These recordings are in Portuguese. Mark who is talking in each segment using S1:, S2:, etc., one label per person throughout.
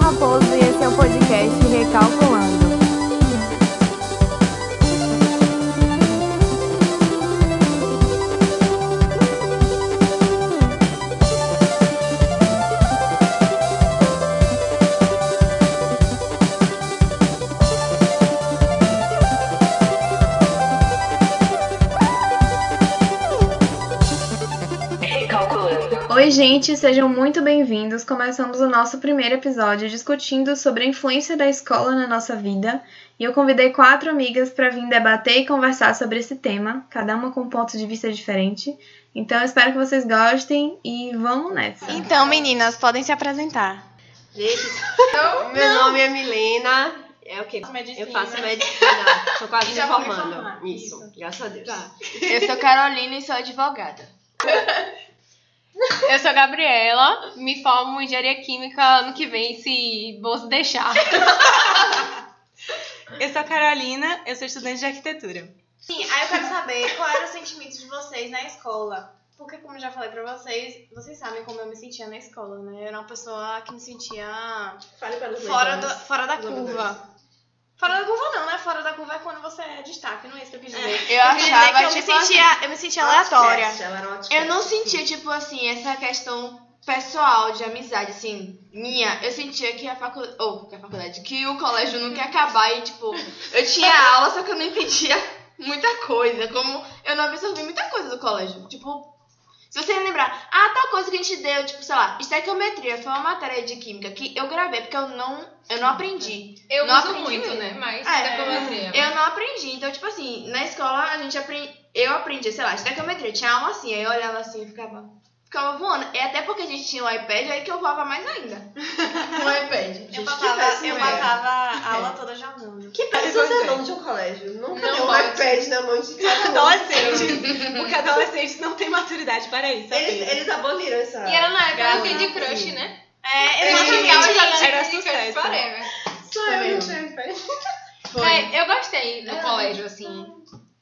S1: Raposo e esse é o podcast Recalculando.
S2: Oi, gente, sejam muito bem-vindos. Começamos o nosso primeiro episódio discutindo sobre a influência da escola na nossa vida e eu convidei quatro amigas para vir debater e conversar sobre esse tema, cada uma com um ponto de vista diferente. Então, eu espero que vocês gostem e vamos nessa.
S3: Então, meninas, podem se apresentar.
S4: Gente, meu nome é Milena. É o quê? Eu faço medicina. Tô quase me formando. Isso. Graças a Deus.
S5: Tá.
S3: Eu sou Carolina e sou advogada. Eu sou Gabriela, me formo em engenharia química ano que vem, se bolso deixar.
S5: Eu sou a Carolina, eu sou estudante de arquitetura.
S6: Sim, aí eu quero saber qual eram os sentimentos de vocês na escola. Porque, como eu já falei pra vocês, vocês sabem como eu me sentia na escola, né? Eu era uma pessoa que me sentia fora, do, fora da curva. Fora da curva não, né? Fora da curva é quando você é destaque, não é isso que eu quis dizer.
S3: Eu
S6: Eu quis dizer
S3: achava,
S6: que eu me
S3: tipo,
S6: sentia, eu me sentia aleatória.
S4: Ela era uma
S7: assim, Eu não sentia, tipo assim, essa questão pessoal de amizade, assim, minha. Eu sentia que a faculdade. Ou que a faculdade, que o colégio nunca ia acabar e, tipo, eu tinha aula, só que eu não entendia muita coisa. Como eu não absorvi muita coisa do colégio. Tipo, se você lembrar, ah, tal coisa que a gente deu, tipo, sei lá, estequiometria foi uma matéria de química que eu gravei porque eu não, eu não aprendi.
S3: Eu
S7: não
S3: uso
S7: aprendi
S3: muito,
S7: mesmo.
S3: né? Mas
S7: É.
S3: é.
S7: Eu não aprendi. Então, tipo assim, na escola a gente aprende. Eu aprendi, sei lá, estequiometria. Tinha aula assim, aí eu olhava assim e ficava. Ficava voando. E até porque a gente tinha o iPad, aí que eu voava mais ainda. Com o iPad.
S6: Eu
S7: Gente, que
S6: passava,
S7: péssimo
S6: eu
S3: um
S7: é.
S6: passava a aula toda jogando.
S4: Que precisa ser dono de um colégio. Nunca
S7: Não
S4: deu um
S7: pode.
S4: iPad na mão de cada um.
S5: Adolescente! Porque adolescentes não têm maturidade para isso.
S4: Eles,
S5: apenas.
S4: eles aboliram essa.
S3: E era na época do
S4: Galera,
S3: Candy Crush, né?
S6: É,
S3: Eu
S6: exatamente.
S3: brincava e jogava
S5: Era
S3: Candy Crush
S5: sucesso.
S3: forever.
S4: Só eu não tenho iPad.
S7: Foi.
S3: Mas eu gostei do colégio, assim.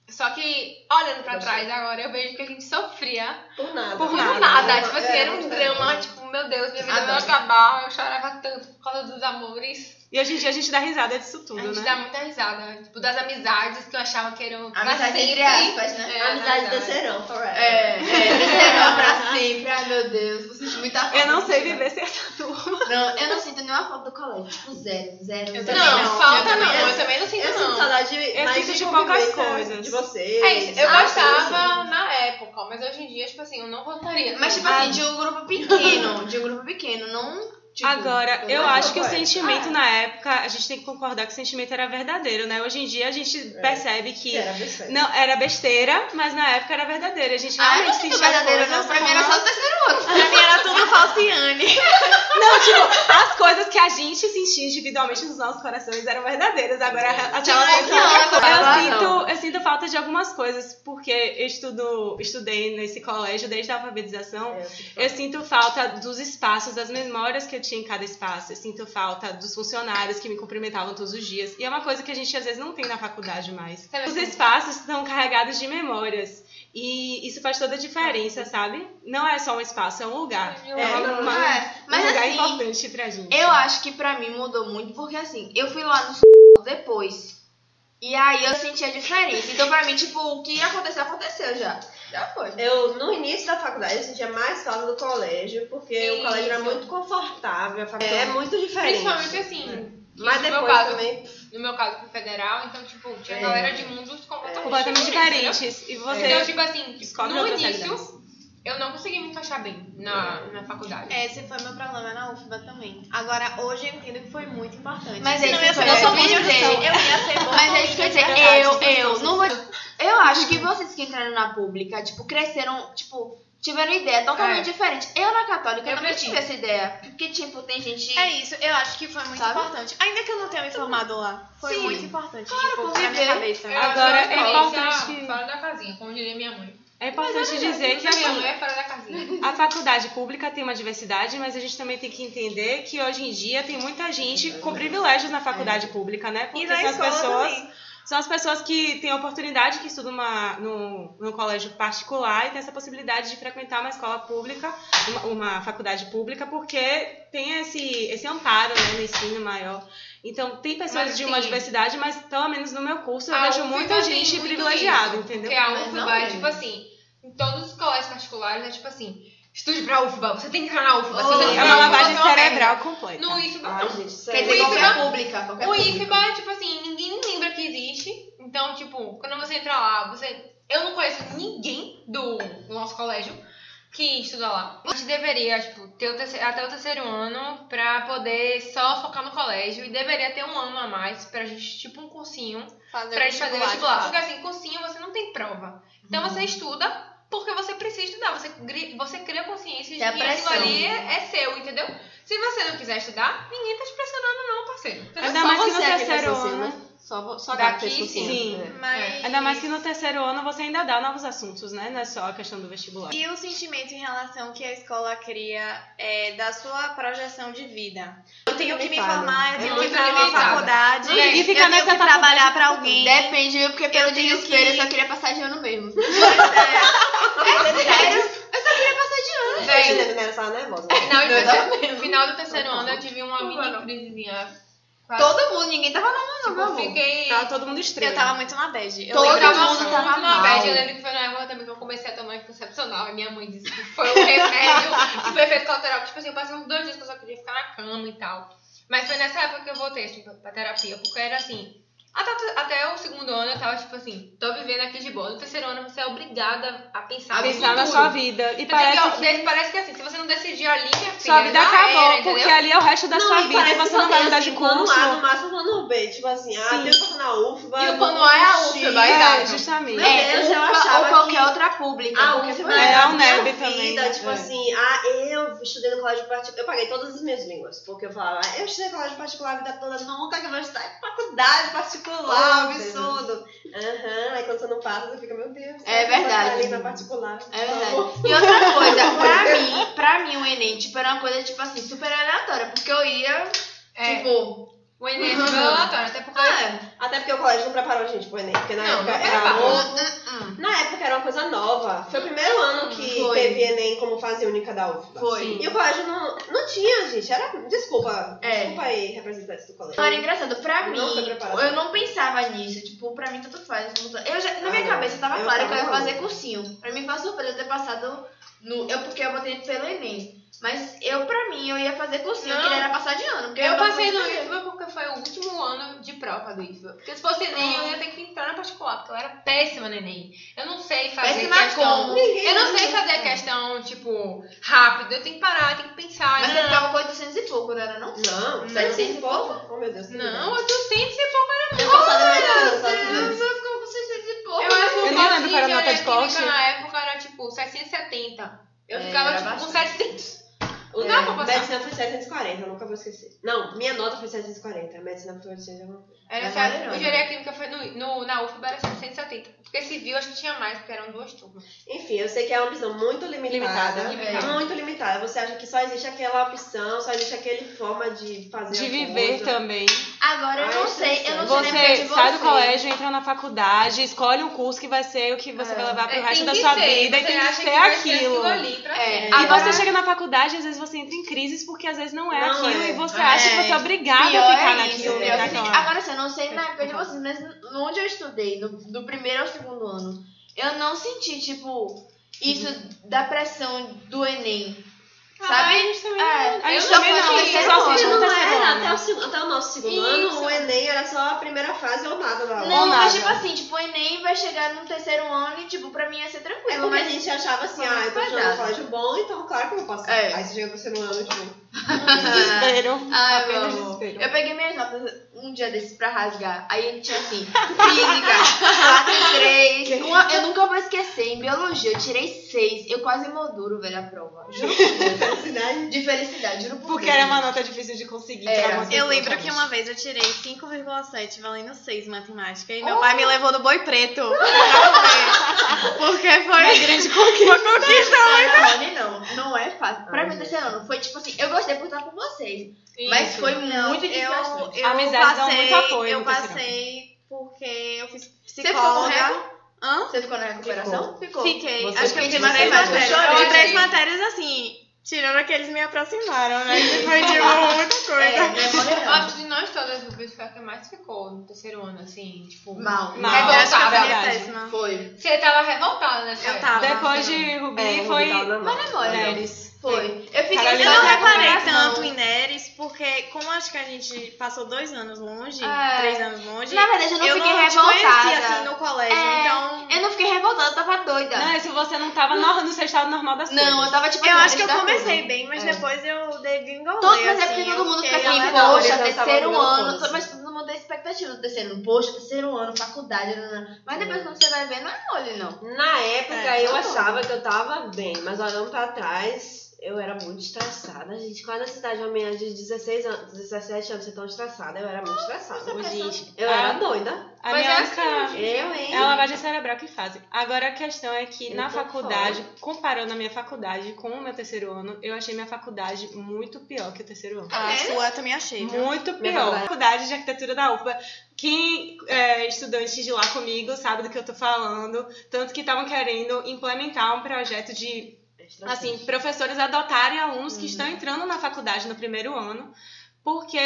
S3: Só que, olhando pra
S4: Gostei.
S3: trás agora, eu vejo que a gente sofria
S4: Por nada.
S3: Por nada, tipo
S7: É.
S3: assim, era um drama, tipo, meu Deus, minha vida vai
S7: Adoro.
S3: acabar, eu chorava tanto por causa dos amores.
S5: E hoje em dia a gente dá risada disso tudo,
S3: a gente
S5: né?
S3: dá muita risada, tipo, das amizades que eu achava que eram pra
S7: Amizade entre
S3: sempre.
S7: aspas, né?
S3: um É,
S4: Amizade
S3: amizade.
S4: da Serão, forever.
S7: É, é, será pra sempre. Ai, meu Deus, vou sentir muita falta.
S5: Eu não sei
S7: disso.
S5: viver sem essa turma.
S7: Não, eu não sinto nenhuma falta do colégio. Tipo, zero, zero, zero.
S3: Não, falta
S7: Eu
S3: não,
S7: também
S3: eu também não sinto
S4: Eu sinto
S3: não.
S4: saudade
S5: Eu
S4: mais
S5: sinto
S4: de
S5: de poucas
S4: convivência
S5: coisas.
S4: De vocês.
S3: É isso, eu
S4: Ah,
S3: gostava na época, mas hoje em dia, tipo assim, eu não voltaria.
S7: Mas, tipo assim, de um grupo pequeno. De um grupo pequeno, não. Tipo,
S5: Agora, eu
S7: não
S5: acho que o
S7: concordo. Ah.
S5: sentimento na época, a gente tem que concordar que o sentimento era verdadeiro, né? Hoje em dia a gente percebe
S4: sim.
S5: que
S4: É. Era besteira.
S5: não era besteira, mas na época era verdadeiro. A gente
S7: Ah, eu
S5: realmente
S7: não sinto
S5: sentia
S7: verdadeiro,
S4: né?
S5: coisas assim.
S7: não. Pra mim era só o terceiro ano.
S6: Pra mim era tudo falciane.
S5: Não, tipo, as coisas que a gente sentia individualmente nos nossos corações eram verdadeiras. Agora, as
S7: Tinha
S5: relações
S7: uma
S5: são-
S7: outra coisa,
S5: eu
S7: não.
S5: sinto, eu sinto falta de algumas coisas, porque eu estudo, estudei nesse colégio desde a alfabetização. É, Eu sinto falta dos espaços, das memórias que eu tinha em cada espaço. Eu sinto falta dos funcionários que me cumprimentavam todos os dias. E é uma coisa que a gente às vezes não tem na faculdade mais.
S3: Sabe
S5: Os
S3: assim?
S5: espaços estão carregados de memórias. E isso faz toda a diferença, sabe? Não é só um espaço, é um lugar.
S3: É,
S5: É uma- uma-
S7: É,
S5: um
S7: mas
S5: lugar
S7: assim,
S5: importante pra gente.
S7: eu acho que pra mim mudou muito, porque assim, eu fui lá no s- depois. E aí eu senti a diferença. Então, pra mim, tipo, o que aconteceu, aconteceu já. Já foi.
S4: Eu, no início da faculdade, eu sentia mais falta do colégio, porque o
S3: Isso.
S4: colégio era muito confortável, a faculdade é, muito diferente.
S3: Principalmente
S5: Hum.
S3: assim,
S4: Mas
S7: tipo,
S3: no meu
S4: depois
S3: caso,
S4: também.
S7: tá
S3: no meu caso pro federal, então, tipo, tinha
S4: É.
S3: galera de mundos completamente,
S5: completamente
S3: entendeu?
S5: diferentes. E você.
S3: Então, tipo assim,
S5: Descobre
S3: no
S5: outras
S3: início, eu não consegui me encaixar bem na, na faculdade.
S6: Esse foi meu problema na UFBA também. Agora, hoje eu entendo que foi muito importante.
S7: Mas é
S6: Senão eu
S7: isso
S6: ia
S7: que
S6: ser
S7: eu sou
S6: bolsominion,
S7: muito
S6: gente. Eu ia ser
S7: Mas é isso que eu ia dizer,
S6: bolsominion.
S7: eu, eu, não vou. Eu acho que vocês que entraram na pública, tipo, cresceram, tipo, tiveram ideia totalmente
S6: É.
S7: diferente. Eu na católica
S3: Eu
S7: eu também
S3: cresci.
S7: tive essa ideia. Porque, tipo, tem gente.
S6: É isso, eu acho que foi muito
S7: Sabe?
S6: importante. Ainda que eu não tenha me formado lá, foi
S7: Sim.
S6: muito importante. tipo, pra
S7: conviver.
S6: minha cabeça.
S3: Eu acho
S5: Agora,
S3: uma
S5: é
S3: experiência
S5: importante que-
S3: Fora da casinha, como diria minha mãe.
S5: É importante dizer que
S3: a minha
S5: assim,
S3: mãe é fora da casinha.
S5: a faculdade pública tem uma diversidade, mas a gente também tem que entender que hoje em dia tem muita gente com privilégios na faculdade pública, né? Porque
S6: E na
S5: são as
S6: escola
S5: pessoas.
S6: também.
S8: são as pessoas que têm a oportunidade, que estudam uma, no, no colégio particular e têm essa possibilidade de frequentar uma escola pública, uma, uma faculdade pública, porque tem esse, esse amparo né, no ensino maior. Então, tem pessoas
S3: Mas,
S8: de uma
S3: assim,
S8: diversidade, mas pelo menos no meu curso Então, eu
S3: A
S8: vejo
S3: UFBA
S8: muita
S3: tem
S8: gente
S3: muito
S8: privilegiada,
S3: isso,
S8: entendeu?
S3: Porque a
S7: Mas não
S3: UFBA é
S7: tem.
S3: tipo assim, em todos os colégios particulares é tipo assim, estude pra UFBA, você tem que entrar na UFBA.
S7: Oh,
S3: você tem que
S8: É
S3: entrar
S8: uma
S3: na UFBA,
S8: lavagem
S3: você é uma
S8: cerebral
S3: merda.
S8: completa.
S3: No IFBA,
S5: Ai,
S3: não.
S5: gente, isso
S7: Quer
S5: é
S7: dizer,
S3: O
S7: qualquer
S3: IFBA-
S7: pública. Qualquer
S3: O
S7: pública.
S3: IFBA, tipo assim, ninguém lembra que existe. Então, tipo, quando você entra lá, você. Eu não conheço ninguém do nosso colégio que estuda lá. A gente deveria, tipo, ter o terceiro- até o terceiro ano pra poder só focar no colégio. E deveria ter um ano a mais pra gente, tipo, um cursinho
S2: Fazer
S7: um
S3: pra gente fazer
S7: tá.
S3: vestibular. Porque assim, cursinho você não tem prova. Então
S7: Uhum.
S3: você estuda porque você precisa estudar. Você, gri- você cria consciência de
S7: Tem a
S3: que aquilo
S7: pressão.
S3: ali é, é seu, entendeu? Se você não quiser estudar, ninguém tá te pressionando, não, parceiro. Entendeu?
S8: Ainda mais que no
S5: você é que
S8: terceiro
S5: fez assim,
S8: ano.
S5: né? Só, vo- só
S3: Daqui,
S5: dá pra ter
S3: sim.
S8: Sim.
S2: Mas...
S8: Ainda mais que no terceiro ano você ainda dá novos assuntos, né? Não é só a questão do vestibular.
S2: E o sentimento em relação que a escola cria é, da sua projeção de vida? Eu tenho que me
S5: limitado.
S2: formar, eu tenho que
S3: muito
S2: entrar numa
S3: limitado.
S2: faculdade,
S3: E
S2: eu
S8: fica
S2: tenho
S8: nessa
S2: que trabalhar pra alguém.
S7: Depende, viu? porque pelo
S2: Eu tenho
S7: desespero
S2: que-
S7: eu só queria passar de ano mesmo.
S5: Gente,
S3: Véi,
S5: eu não era só nervosa.
S3: final, do terceiro, final do terceiro ano eu tive uma mini crisezinha. Quase.
S7: é Todo mundo, ninguém tava na
S3: tipo,
S7: meu amor.
S3: fiquei.
S8: Tava todo mundo estranho.
S2: Eu tava muito na bad. Eu
S7: Todo
S3: Eu
S2: lembro
S3: tava
S7: mundo
S3: muito
S7: tava
S3: numa
S7: mal.
S3: bad, eu lembro que foi na época também que eu comecei a tomar anticoncepcional. E minha mãe disse que foi um remédio que foi efeito colateral. Tipo assim, eu passei uns dois dias que eu só queria ficar na cama e tal. Mas foi nessa época que eu voltei assim, pra, pra terapia, porque era assim. Até, até o segundo ano eu tava tipo assim, tô vivendo aqui de boa. No terceiro ano você é obrigada a pensar,
S8: a
S3: no
S8: pensar na
S3: futuro.
S8: sua vida.
S3: Porque
S8: E parece
S3: eu-
S8: que
S3: de- parece que assim, se você não decidir ali, minha filha,
S8: sua vida
S3: já
S8: acabou,
S3: era, Assim, entendeu?
S8: porque ali é o resto da sua
S5: e
S8: vida.
S5: parece que
S8: Você
S5: só
S8: não vai
S5: tem,
S8: mudar
S5: assim,
S8: de
S5: Plano
S8: curso.
S5: A, no máximo plano B. Tipo assim, ah,
S8: Sim.
S5: tem que passar na UFBA.
S3: E o
S5: no
S3: plano A é a
S5: X.
S3: UFBA, e
S8: É,
S3: dá.
S8: justamente.
S5: Meu
S7: Né?
S5: Deus, eu
S7: Ufa,
S5: achava
S7: ou qualquer
S5: que...
S7: outra pública.
S5: A
S7: porque
S5: UFBA
S7: foi-
S8: É,
S5: era
S8: a
S5: a minha
S8: UNEB
S5: vida,
S8: também,
S5: tipo
S8: é.
S5: assim, ah, eu estudei no colégio particular, eu paguei todas as minhas línguas, porque eu falava, ah, eu estudei no colégio particular a vida toda, nunca que eu vou estudar em faculdade particular,
S7: Oh,
S5: absurdo. Aham, aí quando você não passa, você fica, meu Deus.
S7: É
S5: eu vou
S7: verdade.
S5: botar ali na particular.
S7: É verdade. E outra coisa, pra mim, pra mim o Enem, tipo, era uma coisa, tipo assim, super aleatória. Porque eu ia,
S3: É,
S7: tipo,
S3: o Enem é meu relatório, até porque
S7: ah,
S5: Até porque o colégio não preparou a gente pro Enem, porque na
S3: Não,
S5: época
S3: não
S7: é
S5: era
S3: preparou.
S5: um- Na época era uma coisa nova. Foi o primeiro ano que
S7: Foi.
S5: teve Enem como fase única da UFBA.
S7: foi.
S5: E o colégio não, não tinha, gente. Era. Desculpa.
S7: É.
S5: Desculpa aí, representantes do colégio.
S7: Não, era engraçado. Pra mim, tipo,
S5: Não foi preparado.
S7: eu não pensava nisso. Tipo, pra mim, tanto faz. não tô- Eu já, na minha
S5: Ah,
S7: cabeça tava
S5: eu
S7: claro que eu ia
S5: tava
S7: fazer cursinho. Pra mim, foi uma surpresa ter passado no. Eu, porque eu botei pelo Enem. Mas eu, pra mim, eu ia fazer cursinho. Eu
S3: Não.
S7: queria era passar de ano. Porque
S3: Eu
S7: não
S3: passei
S7: fui
S3: no
S7: fazer.
S3: IFBA porque foi o último ano de prova do IFBA. Porque se fosse Enem, eu ia ter que entrar na particular, porque eu era péssima no Enem. Eu não sei fazer
S7: Péssima
S3: questão.
S7: como?
S5: Ninguém
S3: Eu não sei fazer questão, tipo, rápido. Eu tenho que parar, tenho que pensar.
S7: Mas você
S3: não,
S7: tava com 800 e pouco, não era não?
S5: Não,
S7: Sete
S5: não.
S7: e pouco?
S5: Oh, meu Deus.
S3: não, eu tô sempre sem foco.
S5: Eu passava medicina, sabe?
S7: eu ficava com 600 e pouco.
S3: Eu acho que
S8: Eu
S3: o
S8: nem
S3: máximo
S8: lembro qual era a
S3: de
S8: nota de
S3: engenharia química
S8: corte.
S3: Na época era, tipo, 770. Eu
S7: É,
S3: ficava,
S7: era
S3: tipo, com
S7: bastante.
S3: 700.
S5: O-
S3: Não dá pra passar.
S5: Medicina foi 740, eu nunca vou esquecer. Não, minha nota foi 740. A medicina foi 740.
S3: Era
S7: Mas
S3: sério.
S7: não.
S3: O engenharia química foi no, no, na UFBA era 770. Porque civil acho que tinha mais, porque eram duas turmas.
S5: Enfim, eu sei que é uma opção muito limitada.
S8: Limitada.
S3: É.
S5: Muito limitada. Você acha que só existe aquela opção, só existe aquela forma de fazer
S8: De
S5: a
S8: viver
S5: coisa.
S8: também.
S7: Agora eu
S5: Ai,
S7: não sei, eu não sei na frente
S8: Você
S7: de
S8: sai do
S7: você.
S3: é
S8: colégio, entra na faculdade, escolhe um curso que vai ser o que você
S7: É.
S8: vai levar Tá pro
S3: É,
S8: resto
S3: tem
S8: da
S3: que
S8: sua
S3: ser,
S8: vida e
S3: você
S8: tem que
S3: acha
S8: ser
S3: vai ser
S8: aquilo.
S3: ali pra
S7: É.
S3: sempre.
S8: E
S7: Agora-
S8: você chega na faculdade, às vezes você entra em crises porque às vezes não é
S5: Não
S8: aquilo
S5: é.
S8: e você
S7: É.
S8: acha que você é obrigada
S7: Pior
S8: a ficar
S7: é isso,
S8: naquilo.
S7: pior que
S8: naquela-
S7: tem. Agora, assim, eu não sei na época de vocês, mas no- onde eu estudei, no- do primeiro ao segundo ano, eu não senti, tipo, isso da pressão do Enem. Sabe?
S8: a gente também
S7: É,
S8: não-
S7: a
S8: eu
S7: gente
S8: também
S7: só
S8: não,
S7: fala
S8: eu
S7: terceiro
S8: só
S7: ano.
S3: é
S8: assisti no
S5: Não
S8: terceiro
S5: era,
S8: ano.
S5: Tá, até o, seg- até o nosso segundo ano,
S3: Isso.
S5: o Enem era só a primeira fase ou nada da aula.
S7: Não, mas
S8: nada.
S7: tipo assim, tipo, o Enem vai chegar no terceiro ano e, tipo, pra mim ia ser
S5: É
S7: tranquilo.
S5: como a
S7: mas
S5: gente achava assim,
S7: Foi
S5: ah, eu tô jogando
S7: muito
S5: um
S7: quadrado.
S5: colégio bom, então claro que eu vou passar.
S7: É.
S5: Aí você chega no terceiro ano, tipo,
S8: Desespero.
S7: Ai, meu
S8: Apenas
S7: amor.
S8: desespero.
S7: Ah, Eu peguei minhas notas um dia desses pra rasgar. Aí tinha assim, física, 4, 3. Uma, eu nunca vou esquecer, em biologia eu tirei 6. Eu quase molduro, velho, a prova. Juro por Deus.
S5: felicidade.
S7: De felicidade, juro por
S8: Porque
S7: Deus.
S8: era uma nota difícil de conseguir.
S7: Era.
S8: pra algumas
S2: Eu
S8: pessoas,
S2: lembro que
S8: realmente.
S2: uma vez eu tirei 5,7 valendo 6 matemática e meu
S7: Oh!
S2: pai me levou no boi preto. Porque foi grande conquista.
S7: Não, é não, não é fácil. Pra
S5: Ai,
S7: mim,
S5: gente.
S7: terceiro ano foi tipo assim, eu gostei por estar com vocês. Mas foi muito
S2: Eu,
S7: desgastante.
S2: eu
S8: Amizades dão
S2: passei,
S8: muito apoio
S2: eu
S8: no terceiro
S2: passei porque eu fiz
S7: Você ficou com
S2: psicóloga.
S7: recuperação?
S2: Hã?
S7: Você ficou na recuperação? Ficou.
S2: Fiquei.
S5: Você
S2: Acho que eu
S7: fez
S2: fiz mais três
S7: três
S2: matérias.
S7: matérias.
S2: De três
S7: Sim.
S2: matérias, assim, tirando aqueles me aproximaram, né? Que foi de uma outra
S7: É,
S2: coisa.
S7: né,
S3: Eu acho que de nós todas, o bicho foi a que mais ficou no terceiro ano, assim, tipo.
S7: Mal.
S8: Mal.
S2: Eu acho que a
S3: Revoltada.
S2: minha é
S8: verdade.
S2: péssima.
S7: Foi.
S3: Você tava né, revoltada nessa
S2: Eu
S3: época.
S2: tava.
S8: Depois de Rubi
S5: É,
S8: foi
S5: não dá, não.
S7: Memória.
S8: Neres.
S7: Foi. Eu fiquei só
S8: Caralho,
S2: Eu
S7: na
S2: não reparei
S7: recuperação.
S2: tanto em Neres, porque como acho que a gente passou dois anos longe,
S7: É.
S2: três anos longe,
S7: Na verdade, eu não fiquei
S2: te conhecia assim
S7: revoltada.
S2: no colégio,
S7: É.
S2: então...
S7: Eu não fiquei revoltada, eu tava doida.
S8: Não, isso você não tava no, no seu estado normal das coisas.
S7: Não, eu tava tipo...
S2: Eu
S7: assim,
S2: acho que eu
S7: tá
S2: comecei bem, mas
S5: É.
S2: depois eu dei gringolê,
S7: Todo, mas é
S2: assim,
S7: porque
S2: eu
S7: todo mundo fica
S2: fiquei
S7: assim,
S5: na
S2: abalada.
S5: memória,
S7: poxa,
S5: então eu tava
S7: terceiro
S5: olhando
S7: ano,
S5: coisas.
S7: to- mas todo mundo tem expectativa do terceiro ano, poxa, terceiro ano, faculdade, nanana. mas depois quando você vai ver, não é mole, não.
S5: Na época
S2: É,
S5: eu
S2: tá bom.
S5: achava que eu tava bem, mas olhando pra trás, eu era muito estressada, gente. Qual a necessidade de uma menina de 16 anos, 17 anos ser tão estressada? Eu era muito estressada.
S8: Ô, gente,
S5: Eu
S8: a,
S5: era doida.
S8: a
S3: Mas
S8: minha
S3: é
S8: única-
S3: assim,
S5: Eu, hein?
S8: É a lavagem cerebral que fazem. Agora a questão é que
S5: Eu
S8: na
S5: tô
S8: faculdade, comparando a minha faculdade com o meu terceiro ano, eu achei minha faculdade muito pior que o terceiro ano.
S2: A sua também achei. viu?
S8: Muito
S5: Minha
S8: pior.
S5: faculdade-
S8: Faculdade de Arquitetura da UFBA. Quem é estudante de lá comigo sabe do que eu tô falando. Tanto que estavam querendo implementar um projeto de assim, professores adotarem alunos que estão entrando na faculdade no primeiro ano, porque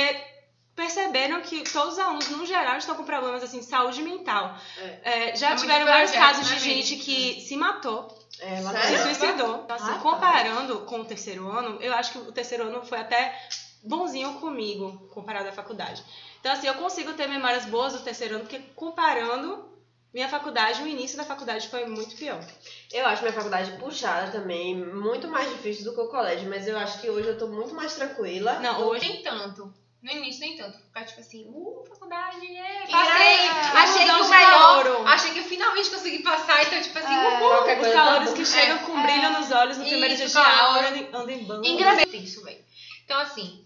S8: perceberam que todos os alunos, no geral, estão com problemas assim, de saúde mental. É, já
S3: É muito
S8: tiveram vários
S3: projeto,
S8: casos
S3: né,
S8: de gente que se matou,
S5: É, ela
S8: se
S5: Sério?
S8: suicidou. Então, assim,
S5: Rapaz.
S8: comparando com o terceiro ano, eu acho que o terceiro ano foi até bonzinho comigo, comparado à faculdade. Então, assim, eu consigo ter memórias boas do terceiro ano, porque comparando minha faculdade, o início da faculdade foi muito pior.
S5: Eu acho minha faculdade puxada também, muito mais difícil do que o colégio, mas eu acho que hoje eu tô muito mais tranquila.
S8: Não, hoje
S3: Nem tanto. No início, nem tanto. Ficar tipo assim, uh, faculdade, é. Passei.
S8: Passei,
S3: Achei que
S8: Ilusão
S3: o
S8: de
S3: melhor.
S8: ouro.
S3: Achei que eu finalmente consegui passar, então, tipo
S8: É,
S3: assim, uhul.
S5: Qualquer
S8: Os
S5: coisa tá
S8: calouros
S5: bom.
S8: que chegam com brilho nos olhos no primeiro
S3: Isso,
S8: dia de aula
S3: calor.
S8: andam andam em
S5: Uhum.
S8: bando.
S3: Engraçado isso, velho. Então, assim,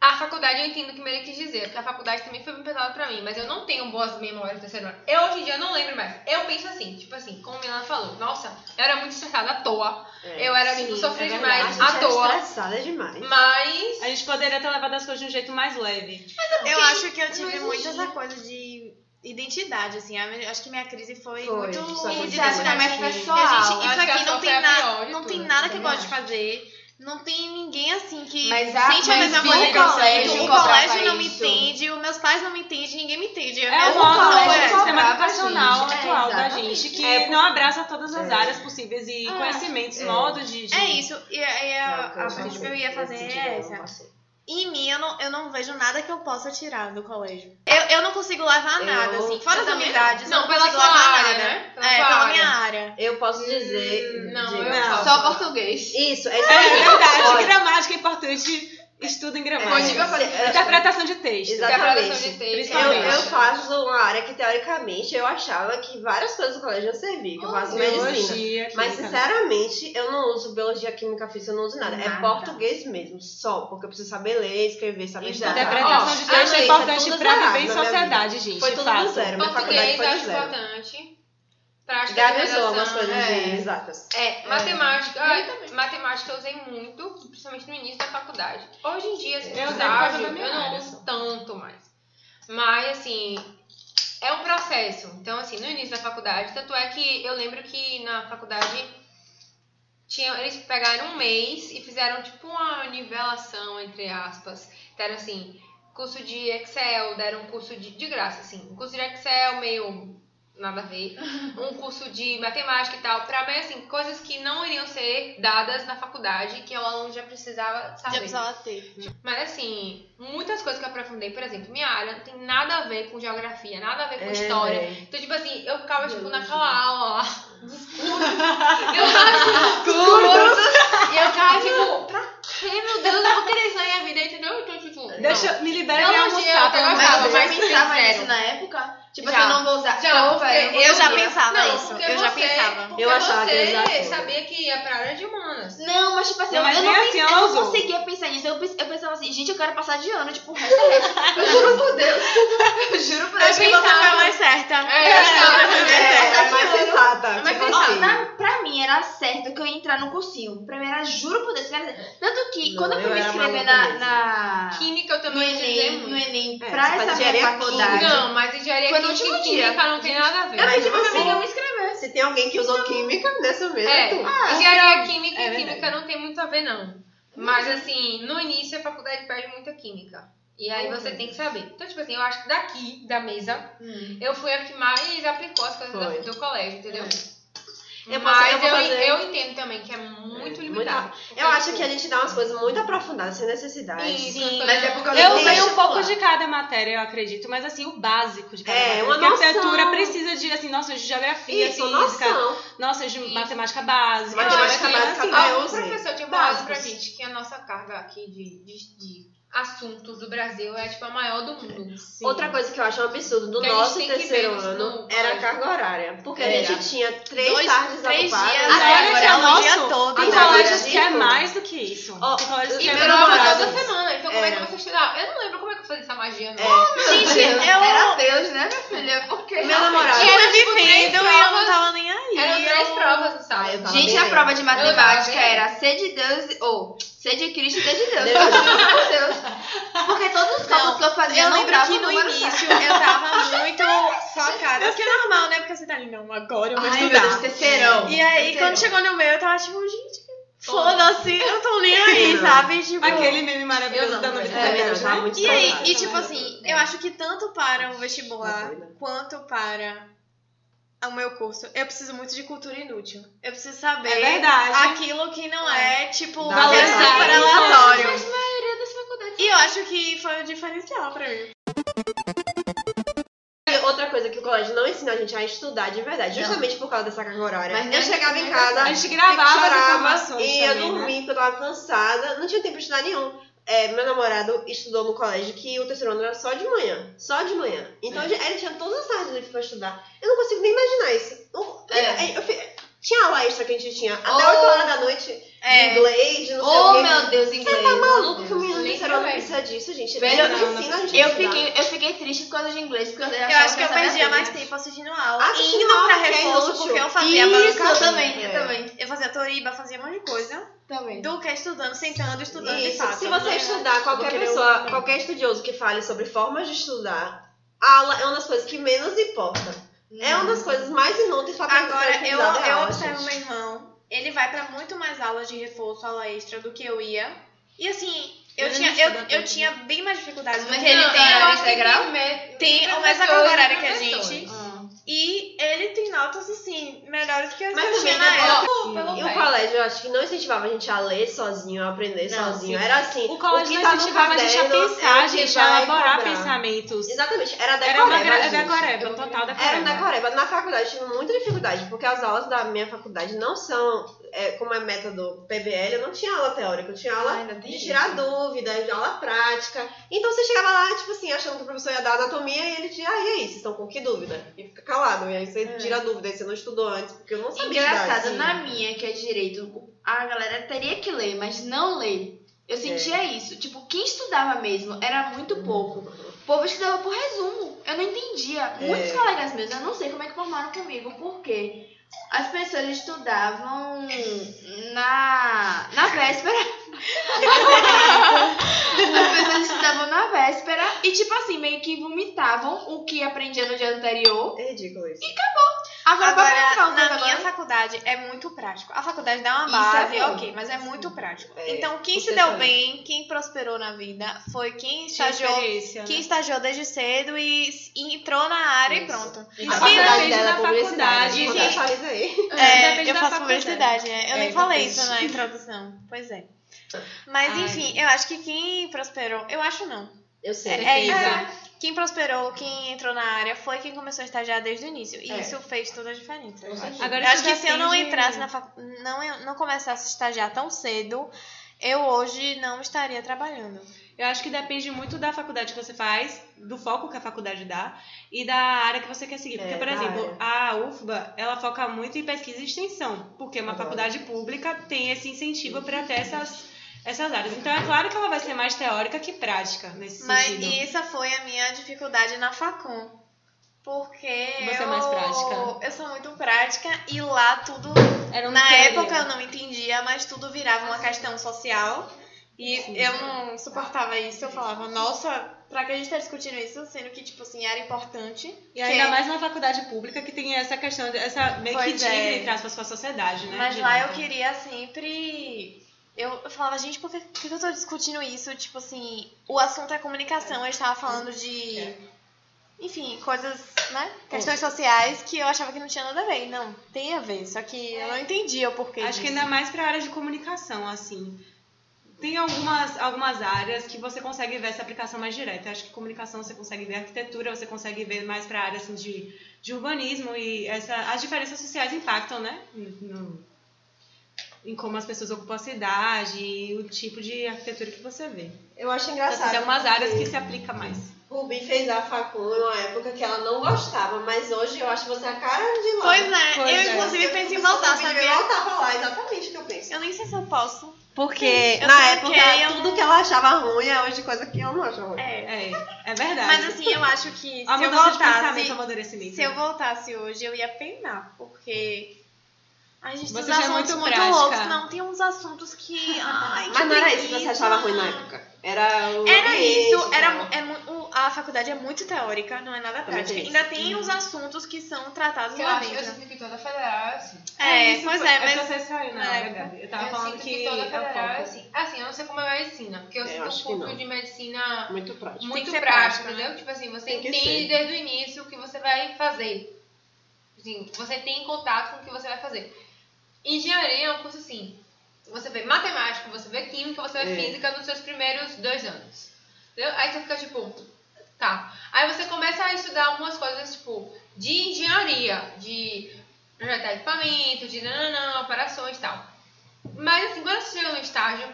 S3: a faculdade eu entendo o que Maria quis dizer, porque a faculdade também foi bem pesada pra mim, mas eu não tenho boas memórias do terceiro ano. Eu hoje em dia não lembro mais. Eu penso assim, tipo assim, como a Milana falou, nossa, eu era muito estressada à toa.
S5: É.
S3: eu era,
S8: sim,
S3: tipo,
S8: é
S3: sofri
S8: verdade.
S5: A
S3: demais
S5: gente
S3: à
S5: era
S3: toa.
S5: estressada demais.
S3: Mas.
S8: A gente poderia ter levado as coisas de um jeito mais leve.
S2: Eu acho que eu tive
S3: existe.
S2: muito essa coisa de identidade, assim. a minha- Acho que minha crise foi,
S5: Foi,
S2: muito
S5: só
S2: de
S5: foi
S7: Isso, acho que é mais
S2: identidade.
S7: pessoal.
S2: E a gente-
S3: acho
S2: isso
S3: que
S2: aqui
S3: essa
S2: não
S3: foi
S2: tem,
S3: a
S2: na,
S3: pior de
S2: não tem
S3: tudo,
S2: nada que eu
S3: também
S2: gosto de fazer. Não tem ninguém assim que
S7: Mas a-
S2: sente a
S7: mas
S2: mesma
S7: sim,
S2: coisa
S7: o
S2: que eu
S7: colégio
S2: sinto. O
S7: cobrava
S2: colégio não me
S7: isso.
S2: entende, os meus pais não me entendem, ninguém me entende.
S8: É
S2: mesma
S8: o
S7: nosso
S2: coisa.
S8: nosso
S7: colégio
S2: É.
S8: sistema
S7: cobrava,
S8: educacional
S7: gente. É,
S8: atual da
S7: exatamente.
S8: gente, que
S5: É,
S8: não abraça todas as
S5: é.
S8: áreas possíveis e
S7: Ah,
S8: conhecimentos,
S5: é.
S8: modos de, de-
S2: É isso. E, e a,
S5: Não,
S2: a pergunta que eu ia fazer
S5: decidi,
S2: é
S5: não
S7: tá.
S2: essa.
S5: passei.
S2: Em mim, eu não, eu não vejo nada que eu possa tirar do colégio. Eu, eu não consigo levar
S5: Eu-
S2: nada, assim. Fora
S5: eu
S2: as
S5: também
S2: amizades,
S3: não.
S2: eu
S3: Não, pela
S2: consigo
S3: sua
S2: levar
S3: área,
S2: nada.
S3: né? Pela
S2: é,
S3: sua
S2: pela
S3: área.
S2: minha área.
S5: Eu posso dizer.
S3: Hum, não,
S5: diga.
S3: eu falo.
S7: Só português.
S5: Isso, é
S8: É verdade,
S5: Olha,
S8: gramática é importante. Estudo em gramática.
S5: Motivo pra fazer-
S7: É,
S8: Interpretação de texto.
S5: Exatamente.
S3: de texto, é
S8: Eu-
S5: Eu,
S8: Realmente.
S5: eu faço uma área que, teoricamente, eu achava que várias coisas do colégio iam servir, que eu faço medicina.
S8: Biologia.
S5: Mas, é
S8: química.
S5: sinceramente, eu não uso biologia, química, física, eu não uso nada. É
S3: Nada.
S5: português mesmo, só. Porque eu preciso saber ler, escrever, saber
S7: Exato.
S5: estudar.
S8: Interpretação
S5: Ó,
S8: de texto é
S5: amei,
S8: importante
S5: foi tudo
S8: pra
S5: zerado
S8: viver em
S5: na minha
S8: sociedade, gente.
S5: vida. Foi tudo
S8: faço.
S5: do zero. Minha faculdade
S3: Português
S5: foi do
S3: acho
S5: zero.
S3: importante. Prática de
S5: Gabi usou algumas
S3: redação,
S5: coisas
S3: é.
S5: de exatas.
S3: É, matemática. ah, matemática eu usei muito, principalmente no início da faculdade. Hoje em dia, assim,
S8: Eu
S3: no
S8: usei por causa
S3: estágio,
S8: da
S3: eu
S8: minha
S3: não
S8: área
S3: uso
S8: só.
S3: tanto mais. Mas, assim, é um processo. Então, assim, no início da faculdade, tanto é que eu lembro que na faculdade tinha, eles pegaram um mês e fizeram, tipo, uma nivelação, entre aspas. Deram, assim, curso de Excel, deram um curso de, de graça, assim. Um curso de Excel meio nada a ver um curso de matemática e tal, pra ver, assim, coisas que não iriam ser dadas na faculdade, que o aluno já precisava
S2: Já
S3: saber.
S2: precisava ter.
S3: Mas, assim, muitas coisas que eu aprofundei, por exemplo, minha área não tem nada a ver com geografia, nada a ver com
S5: É,
S3: história.
S5: véi.
S3: Então, tipo assim, eu ficava, tipo, naquela aula lá. Eu ficava, tipo, e eu ficava, tipo, pra quê, meu Deus? Eu vou querer isso na minha vida, entendeu? Então, tipo, não.
S8: Deixa, me libera pra
S3: Biologia,
S8: almoçar, pelo
S3: eu
S8: amor de
S3: gostava,
S8: Deus.
S3: mas
S7: você
S3: sim,
S7: pensava
S3: zero.
S7: nisso na época? Tipo
S3: Já.
S7: assim, eu não vou usar.
S3: Já,
S7: Não, velho,
S3: porque
S7: eu
S2: Eu já
S7: não vou usar.
S2: pensava
S3: Não,
S2: isso.
S3: porque
S2: Eu já
S3: você-
S2: pensava.
S3: Porque
S5: Eu achava que eu
S3: você
S5: usava.
S3: sabia que ia pra área de humanas.
S7: Não, mas tipo assim,
S8: Não, mas
S7: eu, não
S8: nem
S7: pens-
S8: assim
S7: eu
S8: ela
S7: não
S8: usou.
S7: conseguia pensar nisso. Eu, pens- eu pensava assim, gente, eu quero passar de ano, tipo, o resto é resto. Eu juro por Deus. Eu juro por
S2: Eu acho que você
S3: pensava-
S2: foi mais certa.
S3: É, eu
S2: Eu acho que você foi mais certa.
S5: É, mais exata.
S3: Mas
S5: tipo
S3: pensava,
S5: assim.
S7: Na, pra mim, mim era certo que eu ia entrar no cursinho. Pra mim era juro por Deus que era certo. Tanto que
S5: Não,
S7: quando eu fui
S5: eu
S7: me
S5: era
S7: inscrever
S5: maluca
S7: na,
S5: mesmo.
S7: na-
S3: é, Química eu
S7: no
S3: também ia dizer
S7: Enem, no
S3: muito.
S7: Enem
S5: É,
S7: pra
S5: você
S7: essa
S5: faz
S7: minha
S5: engenharia química.
S7: faculdade.
S3: Não, mas engenharia
S7: é Foi no
S3: química e
S7: último dia.
S3: química não tem nada a ver.
S5: Eu
S7: Eu pedi pra minha
S5: Assim,
S7: amiga me inscrever.
S5: Se tem alguém que
S7: Então,
S5: usou química, nessa mesa
S3: É,
S5: é tu.
S3: engenharia química
S5: é
S3: e química
S5: verdade.
S3: não tem muito a ver, não. Mas, assim, no início a faculdade perde muita química. E aí você tem que saber. Então, tipo assim, eu acho que daqui, da mesa,
S7: Hum.
S3: eu fui a que mais aplicou as coisas
S5: Foi.
S3: do, do colégio, entendeu?
S5: Eu
S3: Mas
S5: passei-
S3: eu,
S5: eu vou fazer-
S3: eu entendo também que é muito
S5: É,
S3: limitado.
S5: Eu acho
S7: Uhum.
S5: que a gente dá umas coisas muito aprofundadas sem necessidade.
S3: Sim,
S7: mas é por causa
S8: Eu
S7: Tem
S8: usei um
S7: vestibular.
S8: pouco de cada matéria, eu acredito, mas assim, o básico de cada
S5: É,
S8: matéria.
S5: uma
S8: Porque a arquitetura
S5: noção.
S8: precisa de, assim, nossa, de geografia,
S5: Isso,
S8: física,
S5: noção.
S8: nossa, de
S3: Isso.
S8: matemática básica.
S5: Matemática
S8: Eu acho que,
S5: básica
S8: assim,
S5: não é
S3: Ah, o
S5: usei.
S3: professor tinha falado pra
S5: Básicos.
S3: gente que a nossa carga aqui de, de, de assuntos do Brasil é tipo a maior do mundo.
S8: sim.
S5: Outra coisa que eu acho um absurdo do
S3: Que a gente
S5: nosso
S3: tem que
S5: terceiro
S3: ver no-
S5: ano
S3: no-
S5: era a carga horária. Porque a
S7: Era.
S5: gente tinha três
S7: Dois,
S5: tardes
S7: três
S5: ocupadas. né?
S7: dias.
S8: Mas
S7: Agora
S8: olha que
S7: é
S8: é
S7: o
S8: nosso,
S7: dia
S8: tem
S5: Agora
S8: colégios
S5: é
S8: que é
S5: tudo.
S8: mais do que isso.
S5: Ó,
S8: tem colégios
S5: e
S8: que
S3: E
S8: é
S5: meu
S3: meu nome
S5: namorado-
S8: mais
S3: toda semana, então como é que você estudava? Eu não lembro como é que eu fazia essa magia, não.
S7: Gente,
S5: Deus.
S7: eu... era Deus, né, minha filha? Porque...
S5: Meu namorado.
S3: Era,
S2: Eu
S3: tipo, três
S2: vivendo e eu não
S3: provas.
S2: tava nem aí.
S3: Eram três
S2: eu-
S3: provas no sábado.
S5: tava
S7: Gente,
S5: bem
S7: a
S5: bem.
S7: prova de
S3: Eu
S7: matemática
S3: tava bem.
S7: era ser de Deus, ou ser de Cristo e ser de Deus. Eu juro por Deus. Porque todos os cálculos que eu fazia
S2: Eu
S7: não
S2: lembro
S7: dava
S2: que
S7: o
S2: no
S7: número certo.
S2: início eu tava muito focada. O que é normal, né? Porque você tá ali, não, agora eu vou
S7: Ai, meu
S2: estudar.
S7: Deus, terceirão.
S2: E aí,
S7: Terceirão.
S2: quando chegou no meu, eu tava tipo, gente, foda-se, eu tô nem aí, sabe? Tipo,
S8: Aquele meme maravilhoso da
S7: É,
S8: novidade.
S5: Eu também não, tava muito
S2: E aí,
S5: saudável.
S2: e tipo assim, eu acho que tanto para o vestibular quanto para o meu curso, eu preciso muito de cultura inútil. Eu preciso saber
S8: É verdade.
S2: aquilo que não é, tipo,
S5: Dá
S8: valorizar
S2: valorizado
S8: isso.
S2: para relatório. E eu acho que foi o diferencial pra mim.
S5: E Outra coisa que o colégio não ensinou a gente a estudar de verdade, justamente por causa dessa carga horária.
S7: Mas é
S5: eu chegava em casa,
S8: A gente gravava as
S5: chorava,
S8: informações
S5: e eu
S8: também, né?
S5: dormia, porque eu tava cansada, não tinha tempo de estudar nenhum. É, meu namorado estudou no colégio que o terceiro ano era só de manhã, só de manhã.
S7: É.
S5: Então ele tinha todas as tardes livres pra estudar. Eu não consigo nem imaginar isso. Não-
S7: É.
S5: eu fi- tinha aula extra que a gente tinha, até
S7: Oh. É.
S5: 8 horas da noite, de inglês, de não sei o
S7: Oh,
S5: quê.
S7: meu Deus, inglês.
S5: Tá maluco que o
S7: Meu
S5: menino do
S7: Deus.
S5: terceiro ano precisa disso, gente.
S7: Velho,
S5: Ele não ensina a gente a
S7: Eu
S5: estudar.
S7: fiquei, eu fiquei triste por causa de inglês, porque eu
S2: Eu acho que eu
S7: é
S2: perdia mais tempo assistindo aula.
S5: Assistindo
S2: indo pra
S5: aula, que é
S2: reforço,
S5: inútil.
S2: porque eu fazia
S7: Isso, eu
S2: banca.
S7: também, eu também.
S2: Eu fazia toriba, fazia um monte de coisa.
S7: Também.
S2: Do que estudando, sentando, estudando de
S5: Isso,
S2: fato.
S5: se você estudar, qualquer
S2: querer
S5: pessoa, qualquer estudioso que fale sobre formas de estudar, a aula é uma das coisas que menos importa. É uma das coisas mais inúteis pra quem
S2: Agora,
S5: quer
S2: eu,
S5: estudar é
S2: eu
S5: aula,
S2: observo
S5: gente.
S2: meu irmão. Ele vai pra muito mais aulas de reforço, aula extra do que eu ia. E assim, eu,
S8: Ele
S2: tinha,
S8: não estuda
S2: eu, eu
S8: tanto.
S2: tinha bem mais dificuldade do
S7: Mas
S2: que ele
S7: ele tem
S2: tem.
S7: a-
S3: eu
S7: horário
S3: acho que
S7: integral?
S3: me-
S2: Tem o mesmo
S3: professores e
S2: horário que a gente.
S3: professores.
S2: E ele tem notas, assim, melhores que as que
S5: Mas
S2: eu
S5: também,
S2: tinha na
S5: né,
S2: época.
S3: Pô, pelo
S5: E
S3: pé.
S5: o colégio, eu acho que não incentivava a gente a ler sozinho, a aprender
S7: Não,
S5: sozinho. Era assim,
S8: O colégio
S5: que
S8: não
S5: tá no
S8: incentivava a gente a
S5: caderno é
S8: pensar,
S5: o que
S8: gente,
S5: vai
S8: a elaborar
S5: cobrar.
S8: pensamentos.
S5: Exatamente, era
S8: Era uma
S5: decoreba,
S8: gra-
S5: gente.
S8: decoreba, total decoreba.
S5: Era um decoreba. Na faculdade eu tive muita dificuldade, porque as aulas da minha faculdade não são, é, como é método PBL, eu não tinha aula teórica, eu tinha aula de tirar dúvida, de aula prática. Então você chegava lá, tipo assim, achando que o professor ia dar anatomia e ele dizia, ah, e aí, vocês estão com que dúvida? E fica calado. E aí você tira dúvida, aí você não estudou antes, porque eu não sabia. estudar,
S7: Engraçado,
S5: assim.
S7: na minha, que é direito, a galera teria que ler, mas não lê.
S5: É.
S7: Eu sentia isso. Tipo, quem estudava mesmo era muito pouco. O povo estudava por resumo. Eu não entendia.
S5: É.
S7: Muitos colegas meus, eu não sei como é que formaram comigo, porque as pessoas estudavam na, na véspera. as pessoas estudavam na véspera e, tipo assim, meio que vomitavam o que aprendia no dia anterior.
S5: É ridículo isso.
S7: Agora, pra
S2: Agora,
S7: pensar os
S2: na
S7: negócios
S2: minha faculdade é muito prático. A faculdade dá uma
S7: Isso é
S2: base,
S7: bom.
S2: ok, mas é muito prático.
S5: É,
S2: então, quem
S5: com
S2: se deu
S5: certeza.
S2: bem, quem prosperou na vida, foi quem
S8: Tinha
S2: estagiou,
S8: experiência, né?
S2: quem estagiou desde cedo e, s- e entrou na área e
S5: Isso.
S2: pronto.
S5: a
S8: Isso
S5: faculdade
S8: depende
S5: dela é
S8: da
S5: publicidade. né?
S8: faculdade,
S5: Contextualiza aí.
S2: É,
S8: Depende
S2: eu
S8: da
S2: faço
S8: faculdade.
S2: publicidade, né? Eu
S5: É,
S2: nem falei
S5: depende.
S2: isso na introdução. Pois é. Mas
S8: Ai.
S2: enfim, eu acho que quem prosperou, eu acho não.
S5: Eu sei.
S2: É isso.
S8: Certeza.
S2: Quem prosperou, quem entrou na área, foi quem começou a estagiar desde o início. E
S7: É.
S2: isso fez toda a diferença. eu acho.
S8: Agora,
S2: Eu acho
S8: isso
S2: que se eu não
S8: depende-
S2: entrasse na fac... não, eu não começasse a estagiar tão cedo, eu hoje não estaria trabalhando.
S8: Eu acho que depende muito da faculdade que você faz, do foco que a faculdade dá e da área que você quer seguir. Porque,
S5: É,
S8: por
S5: da
S8: exemplo, a UFBA, ela foca muito em pesquisa e extensão, porque uma
S5: Adoro.
S8: faculdade pública tem esse incentivo para ter essas, essas áreas. Então, é claro que ela vai ser mais teórica que prática nesse
S2: Mas
S8: sentido.
S2: e essa foi a minha dificuldade na Facom. Porque
S8: Você é
S2: eu,
S8: mais prática.
S2: eu sou muito prática e lá tudo
S3: Era um
S2: Na
S3: mistério.
S2: época eu não entendia, mas tudo virava uma questão social. E eu não suportava isso. Eu falava, nossa, pra que a gente tá discutindo isso? Sendo que, tipo assim, era importante.
S8: E ainda
S2: que-
S8: mais na faculdade pública que tem essa questão, de- essa meio que
S2: Pois
S8: dívida,
S2: é.
S8: entre aspas, com a sociedade, né?
S2: Mas
S8: de-
S2: lá eu queria sempre. Eu, eu falava, gente, por que, por que eu tô discutindo isso? Tipo assim, o assunto é comunicação, eu estava falando de. Enfim, coisas, né? Questões sociais que eu achava que não tinha nada a ver. E Não, tem a ver, só que eu não entendia o porquê.
S8: Acho que
S2: disso.
S8: ainda mais para a área de comunicação, assim. Tem algumas, algumas áreas que você consegue ver essa aplicação mais direta. Acho que comunicação você consegue ver, arquitetura você consegue ver mais para a área assim, de, de urbanismo e essa, as diferenças sociais impactam, né? No- em como as pessoas ocupam a cidade e o tipo de arquitetura que você vê.
S5: Eu acho
S8: Então, assim,
S5: engraçado.
S8: tem algumas áreas que
S5: porque
S8: se aplica mais.
S5: Rubi fez a facul numa época que ela não gostava, mas hoje eu acho você a cara de lá.
S2: Pois é,
S8: Pois
S2: eu
S8: é.
S2: inclusive
S5: Eu
S2: penso em
S5: penso
S2: voltar,
S5: que eu
S2: sabia?
S5: devia voltar pra lá, exatamente o que eu penso.
S2: Eu nem sei se eu posso.
S5: Porque
S2: Eu
S5: na época,
S2: tranquei, é, eu
S5: tudo
S2: não-
S5: que ela achava ruim é hoje coisa que eu não acho ruim.
S2: É.
S8: É, é verdade.
S2: Mas assim, eu acho que
S8: a
S2: se eu
S8: mudança de pensamento,
S2: voltasse.
S8: amadurecimento.
S2: Se eu voltasse hoje, eu ia penar, porque. Ai, gente, tem
S8: Você
S2: uns
S8: já é
S2: assuntos
S8: muito
S2: muito,
S8: prática.
S2: loucos. Não, tem uns assuntos que. Ai,
S5: Ah,
S2: que
S5: Mas não era isso que você
S2: preguiça.
S5: achava ruim né? na época. Era o.
S2: É, tipo Era
S5: ambiente,
S2: isso, era,
S5: tal.
S2: é, mu- o- a faculdade é muito teórica, não é nada prática.
S5: tem Uhum.
S2: Ainda tem uns assuntos que são tratados
S3: Eu
S2: lá
S3: acho que eu
S2: dentro.
S3: sinto que toda federal é assim.
S2: É,
S8: isso,
S2: pois
S8: foi-
S2: é,
S8: que
S2: mas.
S8: Você saiu na
S2: na
S8: hora,
S2: época.
S8: Gabi. Eu tava
S3: eu
S8: falando
S3: sinto
S8: que.
S3: que, toda
S8: é o
S3: federal é
S8: foco.
S3: assim. Assim, eu não sei como é a medicina, porque eu,
S5: Eu
S3: sinto
S5: acho
S3: um
S5: que
S3: pouco
S5: não.
S3: de medicina
S5: Muito prático.
S3: muito
S2: ser
S3: prática,
S2: prático,
S8: né?
S3: entendeu? Tipo assim, você
S5: Tem que
S3: entende
S5: ser.
S3: desde o início o que você vai fazer. Assim, você tem contato com o que você vai fazer. Engenharia é um curso assim. Você vê matemática, você vê química, você vê
S5: É.
S3: física nos seus primeiros dois anos. Entendeu? Aí você fica tipo, tá. Aí você começa a estudar algumas coisas, tipo, de engenharia, de projetar equipamento, de nananã, operações e tal. Mas assim, quando você chega no estágio,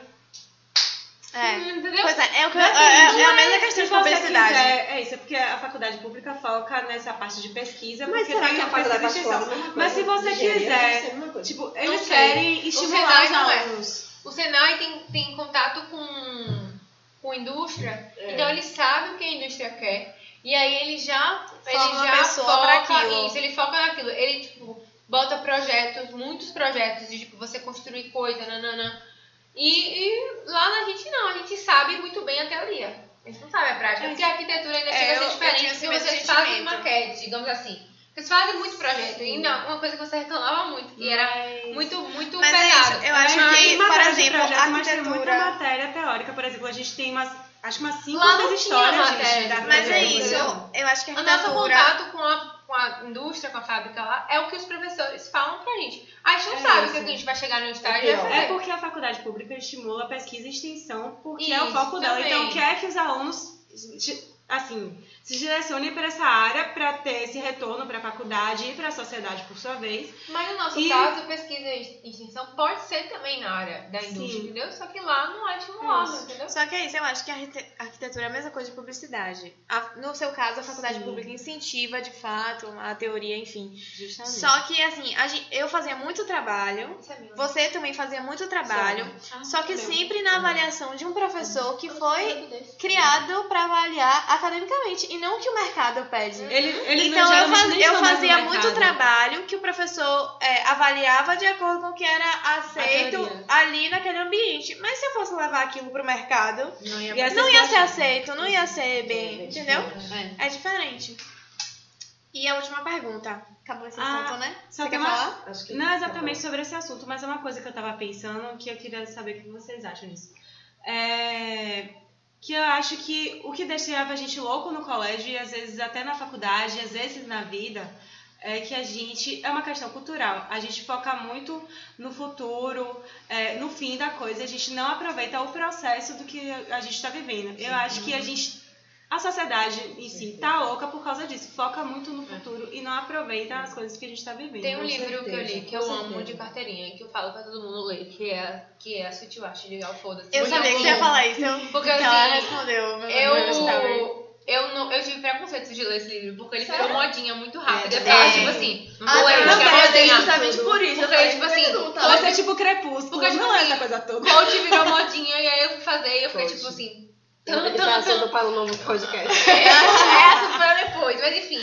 S2: É.
S3: entendeu?
S2: Pois é, é, o que eu-
S8: Mas, assim,
S2: é- é a
S8: mas
S2: mesma questão
S8: se
S2: de
S8: você
S2: publicidade.
S8: quiser- é isso, é porque a faculdade pública foca nessa parte de pesquisa,
S5: Mas
S8: porque tá
S5: será
S8: tem
S5: que a faculdade
S8: pesquisa
S5: particular é
S8: extensão.
S5: a mesma coisa?
S8: Mas se você
S5: Engenharia
S8: quiser,
S5: deve ser a mesma coisa.
S8: Tipo, eles
S3: sei.
S8: querem estimular
S3: Senai
S8: os
S3: não é.
S8: alunos.
S3: O Senai tem, tem contato com, com indústria,
S2: É.
S3: então ele sabe o que a indústria quer. E aí ele já, ele
S2: Forma uma
S3: já
S2: pessoa pra
S3: foca
S2: aquilo.
S3: isso, ele foca naquilo. Ele, tipo, bota projetos, muitos projetos, de tipo, você construir coisa, nananã. E, e lá na gente não, a gente sabe muito bem a teoria. A gente não sabe a prática, porque a arquitetura ainda
S2: É,
S3: chega a
S2: eu-
S3: ser
S2: eu
S3: diferente,
S2: tinha esse
S3: porque
S2: mesmo
S3: vocês fazem
S2: sentimento.
S3: maquete, digamos assim. Vocês fazem muito projeto, e ainda uma coisa que você reclamava muito, que era muito, muito
S2: Hum. Mas é
S3: pesado.
S2: isso, eu acho
S8: Mas
S2: que,
S8: tem
S2: por
S8: matéria de
S2: exemplo,
S8: projeto, é
S2: a
S8: mas tem
S2: arquitetura.
S8: muita matéria teórica, por exemplo, a gente tem umas, acho que umas cinco
S3: Lá não
S8: outras
S3: tinha
S8: histórias,
S3: matéria
S8: gente,
S3: de
S8: da
S2: Mas é
S8: arquitetura.
S2: isso, eu acho que a
S3: O nosso
S2: arquitetura.
S3: contato com a, com a indústria, com a fábrica lá, é o que os professores falam pra gente. A gente não
S8: É
S3: sabe o
S8: isso.
S3: que a gente vai chegar no estágio
S5: É
S3: e vai
S8: É
S3: fazer.
S8: porque a faculdade pública estimula a pesquisa e extensão, porque é o
S3: Isso,
S8: foco dela.
S3: também.
S8: Então, quer que os alunos, assim, se direcionem para essa área para ter esse retorno para a faculdade e para a sociedade, por sua vez.
S3: Mas no nosso
S8: E-
S3: caso, pesquisa e extensão pode ser também na área da indústria,
S8: Sim.
S3: entendeu? Só que lá não é estimulado,
S8: Isso.
S3: entendeu?
S2: Só que é isso, eu acho que a arquite- arquitetura é a mesma coisa de publicidade. A- no seu caso, a faculdade
S8: Sim.
S2: pública incentiva, de fato, a teoria, enfim.
S8: Justamente.
S2: Só que, assim, a gen- eu fazia muito trabalho,
S3: Isso é meu.
S2: você também fazia muito trabalho, só que sempre na avaliação de um professor que foi criado para avaliar academicamente, e não o que o mercado pede.
S8: Ele, eles não
S2: então eu,
S8: geralmente
S2: faz-
S8: nem
S2: eu
S8: estão mais um no
S2: fazia muito
S8: mercado.
S2: trabalho que o professor é, avaliava de acordo com o que era aceito
S8: teoria.
S2: ali naquele ambiente. Mas se eu fosse levar aquilo pro mercado,
S3: Não
S5: é
S3: ia
S8: E essas
S2: não ia ser
S8: coisas-
S2: aceito, não ia ser bem, entendeu?
S5: né?
S2: É diferente. E a última pergunta. Acabou esse
S8: Ah,
S2: assunto, né? Você
S8: Só tem
S2: quer
S8: uma
S2: falar?
S5: Acho que
S8: Não é exatamente sobre esse assunto, mas é uma coisa que eu tava pensando que eu queria saber o que vocês acham disso. É, Que eu acho que o que deixava a gente louco no colégio e às vezes até na faculdade, às vezes na vida, é que a gente. É uma questão cultural. A gente foca muito no futuro, é, no fim da coisa, a gente não aproveita o processo do que a gente está vivendo. Eu acho que a gente. A sociedade em si tá louca por causa disso. Foca muito no futuro e não aproveita as coisas que a gente está vivendo. Então,
S3: Tem um
S5: Com
S3: livro que eu li
S5: certeza,
S3: que eu
S5: com
S3: amo
S5: certeza.
S3: de carteirinha, que eu falo pra todo mundo ler, que é, que é a Sutil Arte de Gal Foda-se.
S2: Eu
S3: Muito
S2: sabia que
S3: bom.
S2: você ia falar isso. eu-
S3: Porque
S2: então ela
S3: assim,
S2: respondeu. meu
S8: é
S2: Deus, tá bem.
S3: Eu, eu, não, eu tive preconceito de ler esse livro, porque ele virou modinha muito rápido.
S5: É,
S3: Eu ficava,
S2: é.
S3: tipo assim,
S5: Ah,
S3: vou ler,
S5: eu
S3: porque é
S5: também,
S3: modinha.
S5: justamente por isso. eu
S3: Porque,
S5: falei,
S3: tipo assim,
S5: não, tá
S8: Ela
S3: coach,
S8: é tipo crepúsculo,
S3: Porque, tipo,
S8: não é
S3: assim,
S8: essa coisa toda.
S3: coach virou modinha e aí eu fui fazer e eu fiquei,
S5: Coach.
S3: tipo assim...
S5: Ele
S3: Tanto,
S5: tá
S3: tanto,
S5: sendo para o novo podcast.
S3: essa foi depois, mas enfim.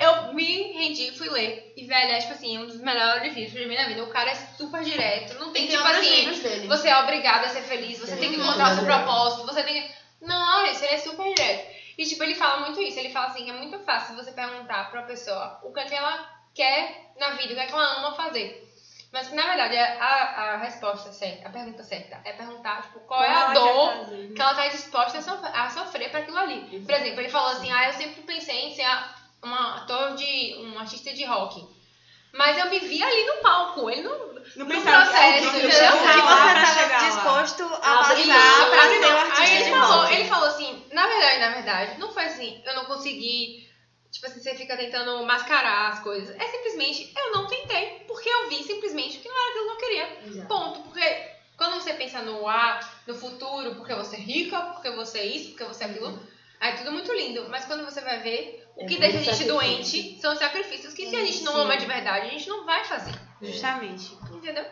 S3: Eu me rendi, fui ler. E, velho, é tipo assim, um dos melhores livros que eu li na minha vida. O cara é super direto. Não tem,
S7: Tem
S3: tipo
S7: outros
S3: assim,
S7: livros dele.
S3: você é obrigado a ser feliz, você tem que encontrar o seu propósito, você tem que. Não, isso ele é super direto. E tipo, ele fala muito isso, ele fala assim, que é muito fácil você perguntar pra pessoa o que, é que ela quer na vida, o que, é que ela ama fazer. Mas na verdade, é a, a resposta certa, a pergunta certa, é perguntar, tipo, qual é a dor que ela tá disposta a, sof- a sofrer pra aquilo ali. Por exemplo, ele falou assim, ah, eu sempre pensei em ser a- uma ator de. um artista de rock. Mas eu me vi ali no palco. Ele não.
S8: assim. Não
S3: No
S8: pensava
S3: processo,
S8: que
S3: entendeu?
S8: tinha
S3: O que
S8: que
S3: você
S8: você estava
S5: disposto a
S3: Ele
S5: passar
S3: não,
S5: pra
S3: ele
S5: ser um
S3: não.
S5: artista
S3: Aí ele
S5: de
S3: falou,
S5: rock.
S3: ele falou assim, na verdade, na verdade, não foi assim, eu não consegui. Tipo assim, você fica tentando mascarar as coisas. É simplesmente, eu não tentei, porque eu vi simplesmente que não era aquilo que eu queria. Ponto. Porque quando você pensa no ah, no futuro, porque você é rica, porque você é isso, porque você é aquilo,
S5: Uhum.
S3: aí é tudo muito lindo. Mas quando você vai ver, o
S5: É
S3: que deixa a gente doente são os sacrifícios que se a gente não ama de verdade, a gente não vai fazer.
S8: Justamente.
S3: Entendeu?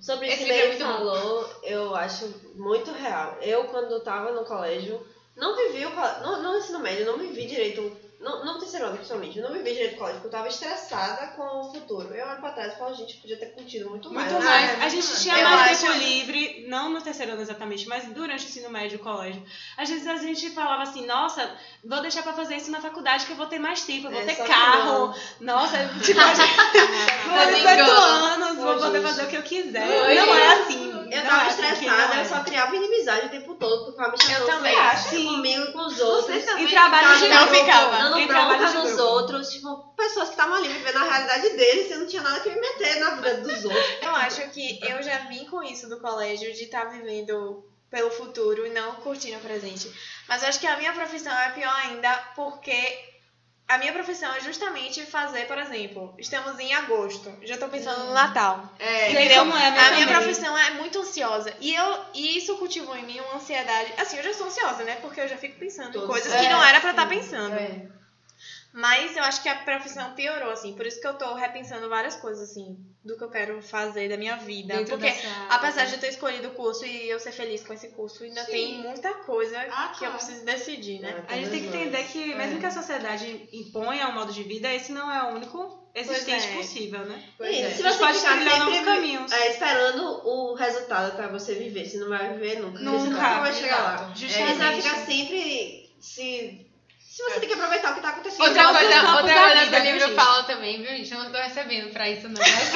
S5: Sobre
S3: Esse
S5: isso que
S3: livro é
S5: ele
S3: muito bom.
S5: falou, eu acho muito real. Eu, quando eu tava no colégio, não vivi o colégio, não, não no ensino médio, não vivi direito, não, não no terceiro ano principalmente, não vivi direito o colégio, porque eu tava estressada com o futuro. Eu olho pra trás e falo, gente, podia ter curtido muito mais.
S8: Muito
S5: né?
S8: mais. A gente tinha
S5: Eu
S8: mais
S5: acho-
S8: tempo livre, não no terceiro ano exatamente, mas durante o ensino médio e colégio. Às vezes a gente falava assim, nossa, vou deixar pra fazer isso na faculdade que eu vou ter mais tempo, eu vou
S5: É,
S8: ter
S5: só que
S8: carro. Nossa, tipo, a gente-
S3: Tá
S8: vou ter
S3: me
S8: 18
S3: enganando.
S8: anos, vou
S5: Ô,
S8: poder
S5: gente.
S8: fazer o que eu quiser.
S3: Ô,
S8: Não
S3: gente.
S8: é assim.
S5: Eu
S8: Não
S5: tava
S8: é assim que não
S5: tá estressada,
S8: é.
S5: eu só criava inimizade o tempo todo, porque ficava me chamando
S8: Eu também,
S5: "Você acha?"
S8: sim.
S5: comigo e com os outros.
S8: E assim, trabalho de
S5: Cada
S8: grupo.
S5: um
S8: ficava.
S5: Dando
S8: E trabalho
S5: bronca
S8: de
S5: nos
S8: grupo.
S5: outros, tipo, pessoas que estavam ali vivendo a realidade deles, você não tinha nada que me meter na vida dos outros.
S2: Eu acho que eu já vim com isso do colégio, de estar vivendo pelo futuro e não curtindo o presente. Mas eu acho que a minha profissão é pior ainda, porque a minha profissão é justamente fazer, por exemplo, estamos em agosto, já estou pensando no Natal.
S8: Sei
S2: Entendeu?
S8: como é,
S2: A
S8: mas
S2: minha
S8: também.
S2: profissão é muito ansiosa. E, eu, e isso cultivou em mim uma ansiedade. Assim, eu já sou ansiosa, né? Porque eu já fico pensando em
S5: Todos
S2: coisas
S5: são.
S2: que não era pra
S7: É,
S2: estar
S7: sim.
S2: pensando. Mas eu acho que a profissão piorou, assim. Por isso que eu tô repensando várias coisas, assim, do que eu quero fazer da minha vida.
S8: Dentro
S2: Porque,
S8: dessa-
S2: apesar de eu ter escolhido o curso e eu ser feliz com esse curso, ainda
S3: Sim.
S2: tem muita coisa
S7: Ah,
S2: que eu
S7: claro.
S2: preciso decidir, né?
S8: A gente tem que entender que,
S2: É.
S8: mesmo que a sociedade imponha um modo de vida, esse não é o único
S2: Pois
S8: existente
S2: é.
S8: possível, né?
S5: E
S8: A
S5: se
S8: gente
S5: você
S8: pode
S5: ficar
S8: trilhar novos
S5: sempre
S8: caminhos.
S5: é, esperando o resultado pra você viver, você não vai viver nunca. porque Você
S8: Nunca.
S5: nunca vai chegar lá.
S8: Justamente.
S5: É, você vai ficar sempre se. Se
S2: É.
S5: você tem que aproveitar o que tá acontecendo.
S3: Outra
S8: Nossos
S3: coisa,
S8: copos
S3: outra
S8: da
S3: coisa que
S8: vida,
S3: o livro
S8: viu, gente?
S3: fala também, viu, gente? Eu não tô recebendo pra isso, não. Mas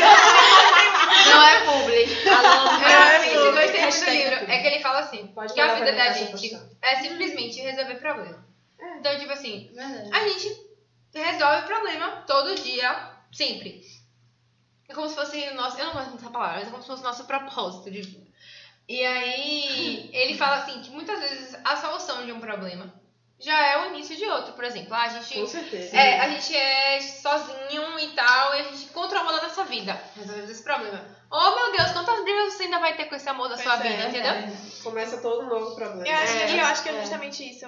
S7: Não é público.
S5: Alô,
S3: é, assim,
S5: Brasil.
S3: eu gostei muito do
S8: Hashtag
S3: livro. É que ele fala assim,
S5: Pode
S3: que a
S5: mandar pra
S3: vida da
S5: mim, essa
S3: gente
S5: postagem.
S3: é simplesmente resolver problema.
S8: É.
S3: Então, tipo assim,
S5: é,
S3: a gente resolve problema todo dia, sempre. É como se fosse o nosso. Eu não gosto dessa palavra, mas é como se fosse o nosso propósito de vida. E aí, ele fala assim que muitas vezes a solução de um problema já é o início de outro. Por exemplo, ah, a gente
S5: Com certeza.
S3: é, a gente é sozinho e tal, e a gente controla a nossa vida. Resolvemos esse problema. Oh meu Deus, quantas brigas você ainda vai ter com esse amor da sua
S2: Pois é,
S3: vida, entendeu?
S5: Começa todo um novo problema.
S2: Eu acho,
S7: É,
S2: e eu acho que é
S7: é.
S2: justamente isso.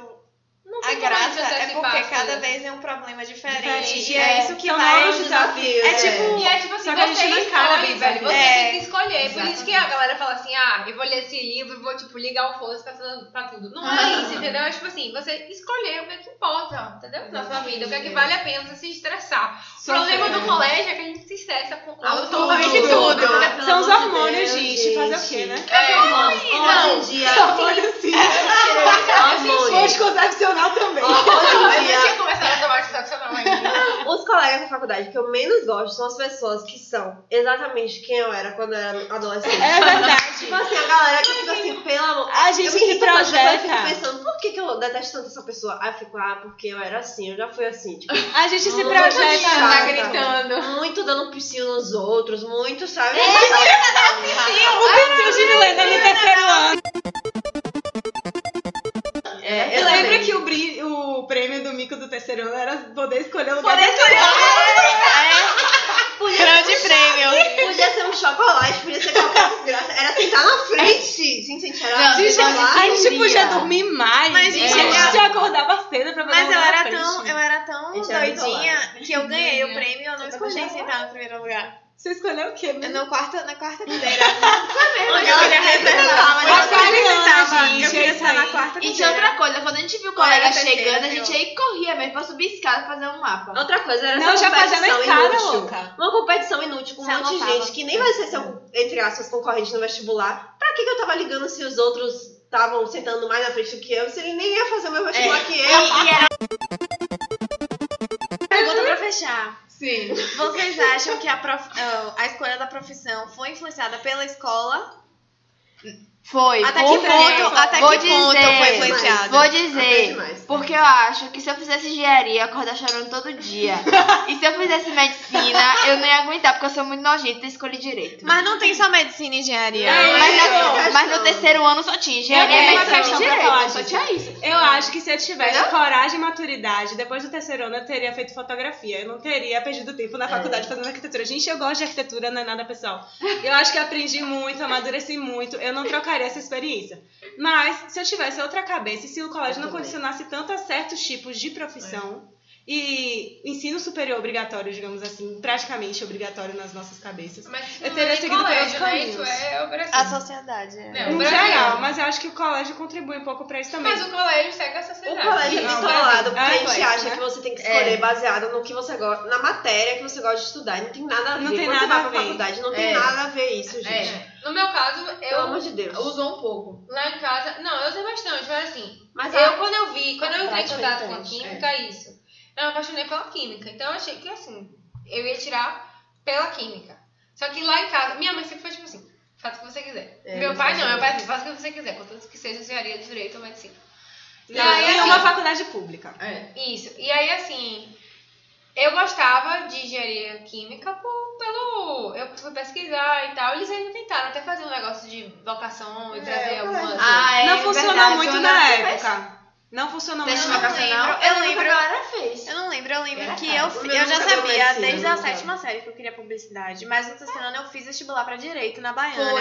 S3: Não
S2: A
S3: tem como
S2: graça
S3: gente
S2: é porque
S3: antecipar as
S2: cada
S3: coisas.
S2: vez é um problema diferente.
S8: Diferente,
S2: E é,
S8: é.
S2: isso que
S8: São
S2: vai.
S8: novos
S5: desafios,
S2: É,
S5: é.
S2: tipo.
S3: E é tipo assim,
S8: Só que a gente
S3: você
S8: não encara
S3: escolhe,
S8: bem
S3: velho. É,
S8: isso
S3: Você
S2: aqui.
S3: tem que escolher. Por isso que a
S7: Exatamente.
S3: galera fala assim, ah, eu vou ler esse livro e vou, tipo, ligar o foda pra, tudo- pra tudo. Não é isso, entendeu? É tipo assim, você escolher o que é que importa, entendeu? Na sua vida, o que é que vale a pena você se estressar. O problema do colégio é que a gente se estressa com absolutamente
S5: tudo.
S3: tudo.
S5: Ah, pelo
S8: né? São os
S5: amor de
S8: hormônios,
S5: Deus,
S8: gente. Fazer o quê, né?
S5: É, hormônios.
S3: não.
S5: Hoje em dia.
S8: Hormônio sim.
S5: Hormônios.
S8: Anticoncepcional também.
S5: Hoje em
S3: Eu não
S5: dia.
S3: tinha começado a tomar anticoncepcional ainda.
S5: Os colegas da faculdade que eu menos gosto são as pessoas que são exatamente quem eu era quando eu era adolescente.
S8: É verdade.
S5: Tipo assim, a galera que eu fico assim, pelo amor.
S8: A
S5: eu
S8: gente
S5: me
S8: que
S5: irrito tanto, depois Eu fico
S8: projeta.
S5: pensando, por que, que eu detesto tanto essa pessoa? Aí eu fico, ah, porque eu era assim, eu já fui assim. Tipo,
S8: A gente se
S5: Não,
S8: projeta.
S5: não,
S8: na
S5: não.
S3: Tá
S8: gri-
S3: gritando.
S5: muito dando um piscinho nos outros, muito, sabe?
S2: É.
S8: O perfil de Milena no terceiro ano.
S5: É,
S8: Eu
S5: também.
S8: lembro que o, bri- o prêmio do mico do terceiro ano era poder escolher o lugar.
S5: Poder
S8: da-
S5: Grande prêmio. Podia ser um chocolate, podia ser qualquer desgraça. Era sentar na frente, sem sentir nada.
S8: Gente, a gente podia dormir tipo, é mais. né?
S2: Mas,
S8: gente,
S2: gente,
S8: a gente acordava cedo pra ver
S2: Mas
S8: o
S2: eu
S8: lugar
S2: era,
S8: na frente.
S2: tão, eu era tão
S5: Gente, era
S2: doidinha que eu ganhei o
S3: Ganhou.
S2: prêmio e eu não
S5: Eu tô
S2: escolhi
S5: deixando
S2: sentar no primeiro lugar.
S8: Você escolheu o quê? né?
S2: Eu
S8: mesmo?
S2: na quarta, na quarta cadeira.
S7: Eu queria representar, mas
S8: Mas
S7: eu queria
S8: olha,
S7: representar.
S8: gente,
S2: eu queria
S8: é isso
S2: estar na
S8: aí.
S2: quarta
S7: E
S2: cadeira.
S7: tinha outra coisa, quando a gente viu o
S2: Qual era
S7: colega
S2: a terceira,
S7: chegando, a gente
S2: pior?
S7: aí corria mesmo pra subir escada e fazer um mapa.
S5: Outra coisa, era
S8: Não,
S5: essa
S8: já fazia na
S5: competição
S8: escada,
S5: inútil.
S8: louca.
S5: Uma competição inútil com um
S7: Você
S5: monte de
S7: anotava.
S5: gente que nem vai ser seu, entre aspas, concorrente no vestibular. Pra que, que eu tava ligando se os outros estavam sentando mais na frente do que eu? Se ele nem ia fazer o meu vestibular que
S7: E,
S5: eu.
S7: e era
S2: Pergunta pra fechar.
S7: assim.
S2: Vocês acham que a, prof- ah, a escolha da profissão foi influenciada pela escola?
S7: Foi.
S2: Até
S7: por
S2: que ponto, até
S7: vou
S2: que ponto
S7: dizer,
S2: foi influenciada?
S7: Vou
S3: é
S5: Até
S7: dizer,
S5: demais.
S7: porque eu acho que se eu fizesse engenharia, eu acordar chorando todo dia. e se eu fizesse medicina, eu não ia aguentar, porque eu sou muito nojenta e escolhi direito.
S2: Mas não tem só medicina e engenharia.
S8: É
S7: Mas,
S8: isso.
S7: na- mas no terceiro ano só tinha engenharia, é
S8: Eu tenho uma
S7: medicina e
S8: questão pra
S7: direito.
S8: falar
S7: só
S8: disso.
S7: tinha isso.
S8: Eu acho que se eu tivesse
S7: Entendeu?
S8: coragem e maturidade, depois do terceiro ano eu teria feito fotografia. Eu não teria perdido tempo na faculdade fazendo arquitetura. Gente, eu gosto de arquitetura, não é nada pessoal. Eu acho que aprendi muito, amadureci muito. Eu não trocaria essa experiência. Mas se eu tivesse outra cabeça e se o colégio não condicionasse tanto a certos tipos de profissão. E ensino superior obrigatório, digamos assim, praticamente obrigatório nas nossas cabeças.
S3: Mas
S8: Eu teria seguido por
S3: colégio,
S8: outros
S3: né?
S8: caminhos.
S3: Isso é o Brasil.
S2: A sociedade. é.
S3: Não, o
S8: Em
S3: Brasil.
S8: geral, mas eu acho que o colégio contribui um pouco pra isso também.
S3: Mas o colégio segue a
S5: O
S3: sociedade.
S5: colégio é
S8: Não,
S5: pistolado, porque
S8: Ah,
S5: a gente
S8: foi,
S5: acha
S8: né?
S5: que você tem que escolher baseado no que você gosta, na matéria que você gosta de estudar. e Não tem nada a ver.
S8: Não tem
S5: Quando você
S8: nada
S5: vai
S8: a
S5: pra
S8: ver.
S5: faculdade, não tem
S3: É.
S5: nada a ver isso, gente.
S3: É. No meu caso, eu
S5: Pelo amor de Deus.
S3: usou um pouco. Lá em casa, não, eu usei bastante, mas assim,
S5: Mas
S3: eu
S5: a-
S3: quando eu vi, quando eu entrei em
S5: prática é
S3: contato com a
S5: diferente, é.
S3: química, isso. Eu me apaixonei pela química. Então eu achei que assim, eu ia tirar pela química. Só que lá em casa, minha mãe sempre foi tipo assim, faz o que você quiser.
S5: É,
S3: meu
S5: mas
S3: pai
S5: eu
S3: não, meu
S5: também.
S3: pai assim, faz o que você quiser, contanto que seja engenharia direito ou medicina. E
S8: Não,
S3: aí,
S8: e é
S3: assim,
S8: uma faculdade pública.
S3: isso. E aí, assim, eu gostava de engenharia química por- pelo. Eu fui pesquisar e tal. Eles ainda tentaram até fazer um negócio de vocação e
S5: É,
S3: trazer algumas.
S7: Ah, é
S8: não funcionou
S7: verdade,
S8: muito
S7: eu
S8: na
S7: não-
S8: época. Não funcionou
S7: Teste
S8: muito. na época.
S7: vocacional.
S2: Eu
S7: lembro que
S2: lembro-
S7: a galera fez.
S2: Eu não lembro, eu lembro
S8: É.
S7: Era
S2: que
S7: caro.
S2: eu,
S5: O
S2: fi-
S5: meu
S2: eu já
S5: nunca deu
S2: sabia
S5: medicina,
S2: desde
S5: não
S2: a
S5: dava.
S2: sétima série que eu queria publicidade, mas no terceiro ano eu fiz vestibular pra direito na Baiana.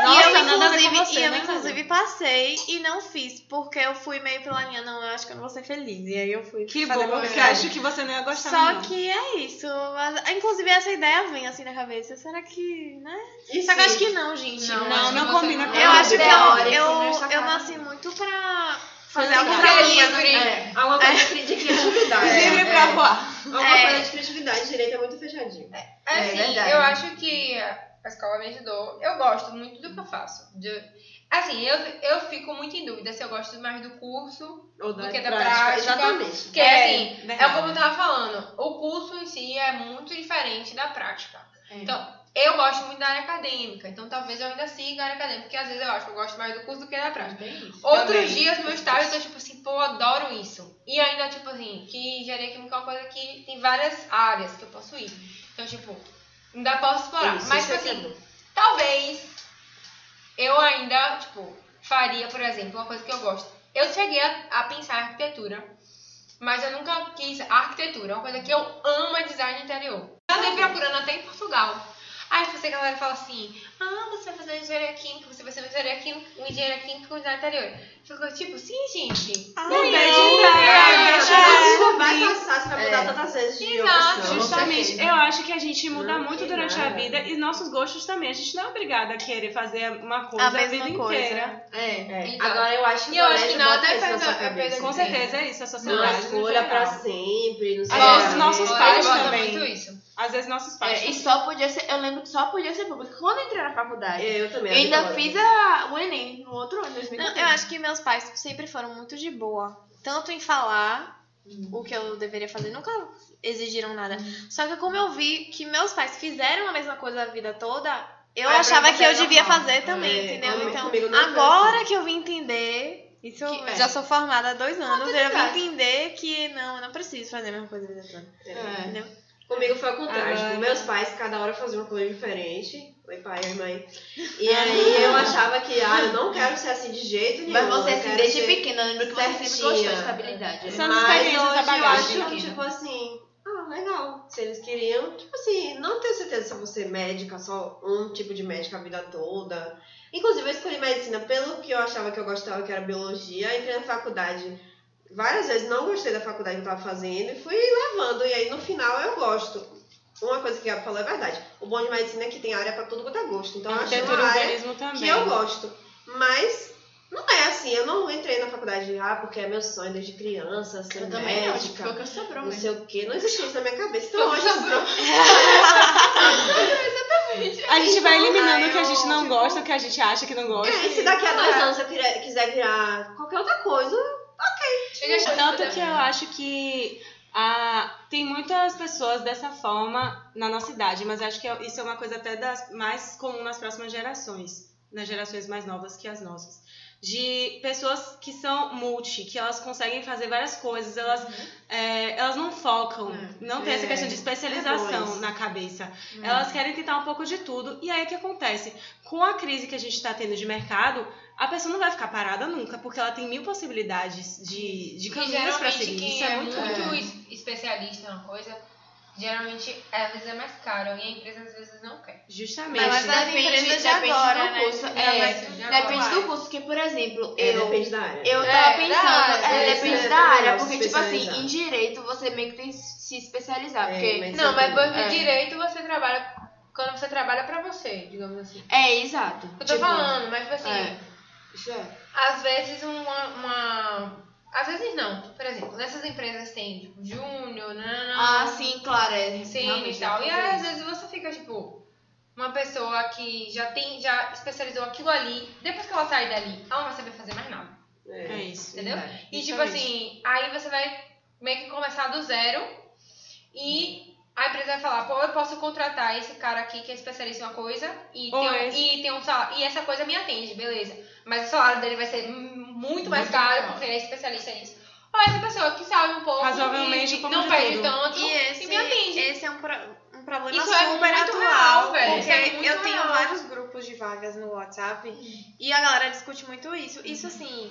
S8: Nossa,
S2: e eu,
S8: nada a ver com
S2: inclusive,
S8: você,
S2: e eu,
S8: né,
S2: inclusive passei e não fiz, porque eu fui meio pela linha, não, eu acho que eu não vou ser feliz. E aí eu fui
S8: Que
S2: fazer
S8: bom, porque eu
S2: publicidade.
S8: acho que você não ia gostar
S2: Só
S8: não.
S2: que é isso. mas- Inclusive, essa ideia vem assim na cabeça. Será que. né?
S5: E
S2: Só que eu
S5: se-
S2: acho que não, gente.
S3: Não,
S8: não,
S3: acho que
S8: não
S3: você
S8: combina
S3: não-
S8: com
S2: Eu
S8: Ah,
S2: acho que eu,
S7: teórico, né,
S2: eu,
S7: sacada.
S2: eu nasci muito pra
S5: Fazer
S2: fazer algo
S5: algo
S2: pra
S5: livre.
S7: né?
S2: livre.
S5: É, alguma coisa de de criatividade.
S8: Livre
S7: É.
S8: pra voar.
S5: Alguma
S2: É.
S5: coisa de criatividade, direito é muito fechadinho.
S3: Assim,
S7: É verdade.
S3: eu acho que a a escola me ajudou. Eu gosto muito do que eu faço. De- Assim, eu, eu fico muito em dúvida se eu gosto mais do curso.
S5: Ou da,
S3: Do que da prática.
S5: Exatamente.
S3: Porque, assim, é
S8: verdade.
S3: como eu tava falando, o curso em si é muito diferente da prática.
S7: É.
S3: Então, eu gosto muito da área acadêmica. Então, talvez eu ainda siga a área acadêmica, porque às vezes eu acho que eu gosto mais do curso do que da prática. Outros
S8: Também.
S3: dias, meu estágio, eu tô tipo assim, pô, eu adoro isso. E ainda, tipo assim, que engenharia química é uma coisa que tem várias áreas que eu posso ir. Então, tipo, ainda posso explorar.
S5: Isso,
S3: Mas,
S5: isso é
S3: tipo
S5: que é
S3: assim, talvez eu ainda, tipo, faria, por exemplo, uma coisa que eu gosto. Eu cheguei a, a pensar em arquitetura, mas eu nunca quis a arquitetura. É Uma coisa que eu amo é design interior. Eu andei procurando até em Portugal. Aí tipo, assim, a galera fala assim, ah, você vai fazer engenharia química, você vai ser uma engenharia química, um engenheiro químico com design interior. Ficou tipo, sim, gente.
S8: Ah,
S3: Daí,
S8: é
S3: é,
S8: verdade.
S3: é,
S5: Você vai passar, você vai mudar tantas vezes de
S3: Exato,
S5: opção.
S8: Justamente, eu acho que a gente muda
S5: Não,
S8: muito
S5: que
S8: durante a
S5: nada.
S8: vida e nossos gostos também. A gente não é obrigada a querer fazer uma coisa a,
S2: mesma
S8: vida
S2: coisa.
S8: inteira.
S5: É,
S3: Exato.
S5: Agora eu acho que
S3: Então, E eu
S5: o
S3: acho
S5: colégio
S3: que nada
S5: bota
S3: é
S5: isso na
S3: perda-
S5: sua
S3: é
S5: cabeça.
S3: perda
S8: Com certeza é isso,
S5: Uma
S8: a sociedade. no
S5: escolha pra
S8: geral.
S5: sempre, não sei
S8: Às
S5: lá.
S8: vezes nossos
S3: Ele
S8: pais
S3: gosta
S8: também.
S3: muito isso.
S8: Às vezes nossos pais.
S7: É, e só podia ser, eu lembro que só podia ser público. Quando eu entrei na faculdade,
S5: É, Eu também.
S7: eu ainda
S5: adoro.
S7: fiz a, o Enem no outro ano, em
S2: Não,
S7: 2014.
S2: eu acho que meus pais sempre foram muito de boa. Tanto em falar o que eu deveria fazer, nunca exigiram nada.
S7: Uhum.
S2: Só que como eu vi que meus pais fizeram a mesma coisa a vida toda, eu
S7: Aí pra
S2: achava
S7: mim
S2: que eu
S7: era
S2: devia
S7: normal.
S2: fazer também,
S5: É,
S2: entendeu?
S5: comigo-
S2: Então,
S5: comigo não foi assim.
S2: agora que eu vim entender. Isso eu
S7: Que- é.
S2: já sou formada há dois anos, eu vim
S7: verdade.
S2: entender que não, eu não preciso fazer a mesma coisa a vida toda.
S7: É.
S2: Entendeu?
S5: Comigo foi ao contrário.
S8: Agora-
S2: Ah.
S5: Tipo, meus pais, cada hora faziam uma coisa diferente. Oi, pai, oi, mãe. E aí eu achava que, ah, eu não quero ser assim de jeito nenhum.
S7: Mas você,
S5: eu
S7: assim,
S5: quero
S7: desde
S5: ser-
S7: pequena, eu lembro que você sempre gostou de
S5: certinha.
S7: estabilidade.
S8: São as
S5: Mas hoje
S8: experiências, a
S5: eu
S8: bagagem,
S5: acho,
S8: né?
S5: tipo assim, ah, legal. Se eles queriam, tipo assim, não tenho certeza se eu vou ser médica, só um tipo de médica a vida toda. Inclusive, eu escolhi medicina pelo que eu achava que eu gostava, que era biologia. Entrei na faculdade várias vezes, não gostei da faculdade que eu tava fazendo e fui levando. E aí, no final, eu gosto. Uma coisa que a Gabi falou é verdade. O bom de medicina é que tem área pra tudo quanto é gosto. Então, eu achei
S8: Arquitetura
S5: uma
S8: e
S5: área
S8: urbanismo também.
S5: que eu gosto. Mas não é assim. Eu não entrei na faculdade de ah, porque é meu sonho desde criança, ser
S7: Eu também não, tipo,
S5: médica.
S7: foi o que sobrou
S5: não
S7: mesmo.
S5: sei o que, não existe isso na minha cabeça.
S3: Foi
S5: Então
S3: o que
S5: hoje.
S3: sobrou.
S8: A gente vai eliminando o que a
S5: eu-
S8: gente não gosta, o que a gente acha que não gosta.
S5: É, e se daqui a dois anos eu queria- quiser virar qualquer outra coisa, é
S3: Eu já
S8: Tanto que eu acho que ah, tem muitas pessoas dessa forma na nossa idade, mas acho que é- isso é uma coisa até das, mais comum nas próximas gerações, nas gerações mais novas que as nossas. De pessoas que são multi, que elas conseguem fazer várias coisas, elas, é, elas não focam, não tem essa questão de
S5: Uhum. É bom
S8: especialização
S5: isso.
S8: na cabeça. Elas querem tentar um pouco de tudo. E aí o que acontece? Com a crise que a gente está tendo de mercado, a pessoa não vai ficar parada nunca, porque ela tem mil possibilidades de, de
S3: E
S8: caminhos pra
S3: geralmente
S8: seguir.
S3: quem
S8: Isso é muito
S3: muito es- especialista em uma coisa, geralmente às vezes é mais caro e a empresa às vezes não quer.
S8: Justamente.
S7: Mas as
S2: depende-
S7: empresas
S2: depende do
S7: adoram o
S2: análise.
S7: curso.
S2: É,
S7: É,
S2: mas
S3: já
S7: depende
S2: vai.
S7: do curso, porque, por exemplo,
S5: é,
S7: eu.
S5: depende da área.
S7: Eu
S3: É,
S7: tava
S3: da
S7: pensando,
S3: área,
S7: é,
S5: é,
S7: depende
S5: isso é
S7: da
S5: melhor
S7: área,
S5: se
S7: porque, tipo assim,
S5: especializar.
S7: em direito você meio que tem que se especializar,
S5: É,
S7: porque...
S5: mas-
S3: Não, mas banco de
S7: É.
S3: direito você trabalha quando você trabalha pra você, digamos assim.
S7: É, exato.
S3: Eu tô
S7: Tipo,
S3: falando, mas tipo assim,
S7: É. Isso é.
S3: às vezes uma, uma- Às vezes não. Por exemplo, nessas empresas tem, tipo, júnior, né,
S7: Ah, sim, claro, é.
S3: Sim,
S7: realmente,
S3: e tal.
S7: é
S3: E aí, às
S7: isso.
S3: vezes você fica, tipo, uma pessoa que já tem, já especializou aquilo ali, depois que ela sai dali, ela não vai saber fazer mais nada,
S8: É isso.
S3: entendeu?
S8: verdade.
S3: E tipo
S8: Justamente.
S3: assim, aí você vai meio que começar do zero e a empresa vai falar, pô, eu posso contratar esse cara aqui que é especialista em uma coisa e,
S8: Ou
S3: tem, um,
S8: esse.
S3: e tem um salário, e essa coisa me atende, beleza. Mas o salário dele vai ser mu- muito mais caro porque ele é especialista nisso. Ou essa pessoa que sabe um pouco
S8: Razoavelmente,
S3: e
S8: um pouco
S3: não
S8: de
S3: perde
S8: tudo.
S3: tanto
S2: E esse,
S3: e me atende.
S2: esse é um, pro- um problema
S3: Isso é
S2: super
S3: muito real,
S2: atual.
S3: velho.
S2: Porque
S3: Isso é muito
S2: eu tenho
S3: real.
S2: vários grupos de vagas no WhatsApp e a galera discute muito isso. Isso assim,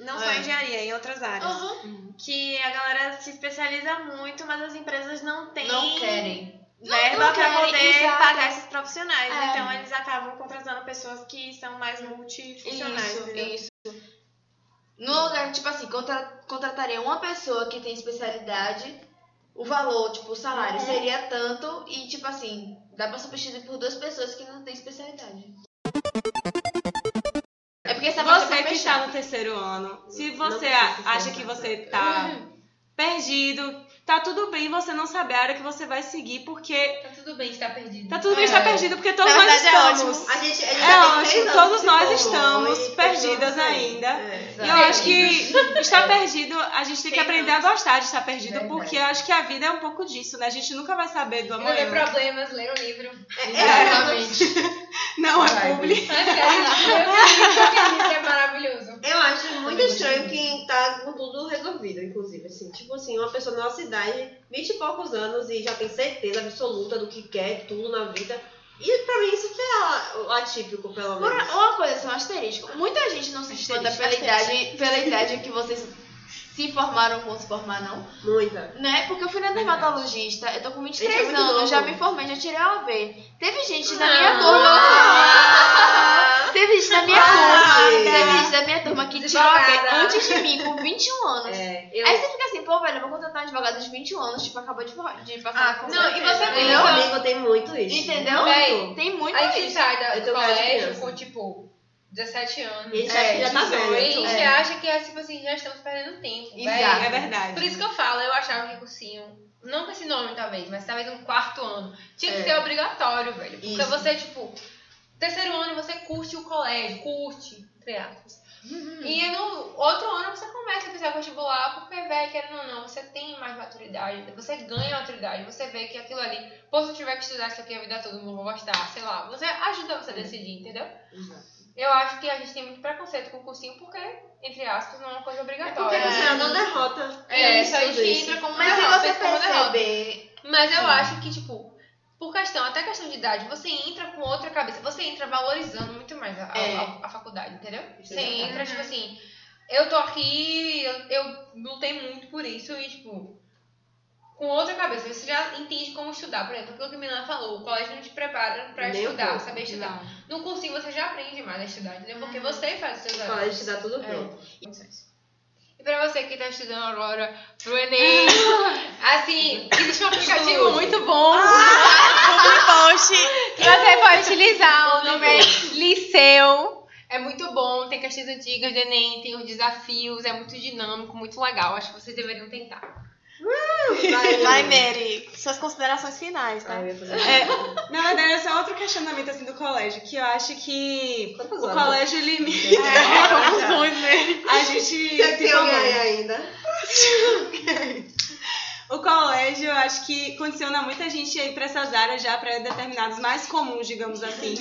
S2: não só
S7: É.
S2: em engenharia, em outras áreas.
S7: Aham.
S2: Que a galera se especializa muito, mas as empresas não têm
S7: Não querem.
S2: verba
S7: não
S2: pra
S7: querem,
S2: poder
S7: exato.
S2: pagar esses profissionais.
S7: É.
S2: Então eles acabam contratando pessoas que são mais multifuncionais.
S7: Isso,
S2: entendeu?
S7: isso. No lugar, tipo assim, contra, contrataria uma pessoa que tem especialidade, o valor, tipo, o
S8: É.
S7: salário seria tanto e, tipo assim, dá pra substituir por duas pessoas que não têm especialidade. É porque essa parte é
S8: Você
S7: pra
S8: que tá-
S7: fechar.
S8: está no terceiro ano, se você
S5: precisa se
S8: acha
S5: esforçar.
S8: que você tá perdido, tá tudo bem você não saber a área que você vai seguir, porque
S3: Tá tudo bem estar perdido.
S8: tá tudo bem estar perdido, porque todos
S2: Na
S8: nós
S2: verdade, é ótimo.
S8: estamos.
S5: A gente, a gente
S8: É
S5: já tem
S8: ótimo,
S5: seis anos
S8: todos
S5: que
S8: nós
S5: se formou
S8: estamos
S5: e
S8: perdidas
S5: pessoas aí.
S8: ainda.
S5: É.
S8: E eu acho que estar perdido, a gente tem que
S2: Sim,
S8: aprender a gostar de estar perdido, porque eu acho que a vida é um pouco disso, né? A gente nunca vai saber do
S3: Não tem
S8: amanhã.
S3: problemas, ler o livro.
S7: É, Exatamente.
S8: Não é publi.
S3: Mas, cara, esse livro é maravilhoso.
S5: Eu acho muito estranho quem tá com tudo resolvido, inclusive, assim. Tipo assim, uma pessoa da nossa idade, 20 e poucos anos, e já tem certeza absoluta do que quer, tudo na vida. E pra mim isso que é o atípico, pelo
S7: Por-
S5: menos.
S7: uma coisa, assim, um asterisco. Muita gente não se espanta pela idade, pela idade que vocês se formaram ou se formar, não.
S5: Muita.
S7: Né? Porque eu fui na dermatologista, eu tô com 23
S5: Gente, é muito
S7: anos,
S5: novo.
S7: já me formei, já tirei a OAB. Teve gente da
S3: Não.
S7: minha turma. Teve gente da minha turma. Teve gente da minha turma que tirou a OAB
S3: Advogada.
S7: antes de mim, com 21 anos.
S5: É.
S7: Aí você fica assim, pô, velho, eu vou contratar um advogado de 21 anos, tipo, acabou de, for- de passar
S3: Ah,
S7: na
S3: não, e você
S7: entendeu?
S5: Meu amigo tem muito isso.
S7: Entendeu?
S3: Véi,
S7: Tem muito
S3: Aí você
S7: isso.
S3: sai da-
S5: Eu
S3: do
S5: tô mais
S3: colégio
S5: criança.
S3: com, tipo, 17 anos.
S5: A gente acha
S8: É,
S5: que já tá
S3: 18,
S5: velho,
S3: A gente acha que é, tipo assim, já estamos perdendo tempo, véi.
S7: Exato.
S8: É
S3: Por
S8: verdade.
S3: isso que eu falo, eu achava que cursinho, não com esse nome talvez, mas talvez um quarto ano, tinha que ser obrigatório, velho. Porque
S5: Isso.
S3: você, tipo, terceiro ano você curte o colégio, curte, entre aspas. E aí no outro ano você começa a pensar vestibular, porque, velho, querendo ou não, você tem mais maturidade, você ganha maturidade, você vê que aquilo ali, pô, se eu tiver que estudar isso aqui a vida toda, eu não vou gostar, sei lá. Você ajuda você a decidir, entendeu? Eu acho que a gente tem muito preconceito com o cursinho, porque, entre aspas, não é uma coisa obrigatória.
S5: Porque você não derrota.
S3: É, isso aí
S5: tudo
S3: que entra como
S7: Mas se
S3: derrota,
S7: você
S3: entra como derrota.
S7: perceber.
S3: Mas eu acho que, tipo, por questão, até questão de idade, você entra com outra cabeça, você entra valorizando muito mais a, a-
S7: É.
S3: a- a faculdade, entendeu?
S5: é
S3: Você
S7: Exatamente.
S3: entra, tipo assim, eu tô aqui, eu, eu lutei muito por isso e, tipo, com outra cabeça, você já entende como estudar, por exemplo, aquilo que a Milena falou, o colégio não te prepara pra
S5: Nem um
S3: estudar,
S5: pouco, Uhum.
S3: saber estudar.
S8: Não.
S3: No cursinho você já aprende mais a estudar, entendeu? Porque você faz os seus
S5: Fala, a gente
S3: anos.
S5: dá tudo
S3: É.
S5: pronto.
S3: E pra você que tá estudando agora pro Enem, assim, existe um aplicativo muito bom Ah, que você pode utilizar. O nome é Liceu. É muito bom, tem questões antigas do Enem, tem os desafios, é muito dinâmico, muito legal. Acho que vocês deveriam tentar.
S2: Vai, Mary. Suas considerações finais,
S7: né?
S2: tá?
S8: É, na verdade, esse é outro questionamento assim, do colégio, que eu acho que
S5: Quantas
S8: o
S5: horas? É,
S8: colégio limita.
S2: Conclusões, né?
S8: A gente.
S5: Você tem
S8: fica
S5: alguém
S8: muito.
S5: aí ainda?
S8: O colégio, eu acho que condiciona muita gente aí pra essas áreas já para determinados mais comuns, digamos assim.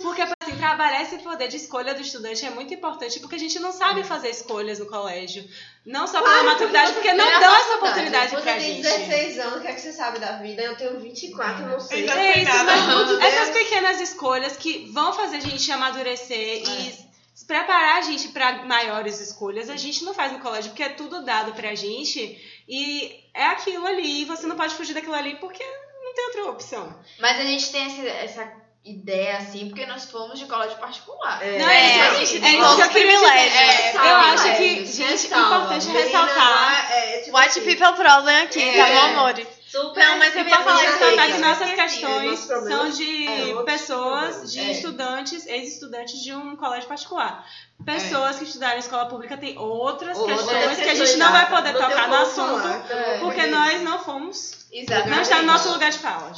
S8: Porque assim, trabalhar esse poder de escolha do estudante é muito importante, porque a gente não
S5: Uhum.
S8: sabe fazer escolhas no colégio. Não só pela maturidade, porque não dão essa oportunidade
S5: É Você
S8: pra
S5: tem
S8: gente.
S5: 16 anos, o que é que você sabe da vida? Eu tenho 24, eu não sei.
S8: É isso, mas essas pequenas escolhas que vão fazer a gente amadurecer e se preparar a gente para maiores escolhas, a gente não faz no colégio, porque é tudo dado pra gente e é aquilo ali, e você não pode fugir daquilo ali porque não tem outra opção.
S7: Mas a gente tem essa, essa ideia, assim, porque nós fomos de colégio particular. Né?
S5: É.
S7: Então, assim,
S8: Não é, isso, a gente tem
S2: Todos
S8: que eu queria dizer.
S2: privilégios.
S8: É, né? eu acho que,
S5: Privilégios,
S8: gente,
S5: ressalva.
S8: importante
S5: Menina,
S8: ressaltar.
S5: é, tipo
S2: White
S5: assim,
S2: people problem aqui, tá bom, amores?
S5: Super
S8: Não, mas eu ia falar
S5: privilégios.
S8: ressaltar que
S5: É,
S8: nossas
S5: é,
S8: questões
S5: nosso problema.
S8: são de
S5: É, outros
S8: pessoas,
S5: problemas.
S8: de
S5: É. É.
S8: estudantes, ex-estudantes de um colégio particular. Pessoas que estudaram em escola pública têm outras
S5: Outras
S8: questões que a
S5: questões,
S8: gente não vai
S5: exato.
S8: poder
S5: Não tem
S8: tocar no
S5: como
S8: assunto,
S5: falar, então,
S7: É,
S8: porque nós não fomos, não
S7: Exatamente.
S8: está no nosso lugar de fala.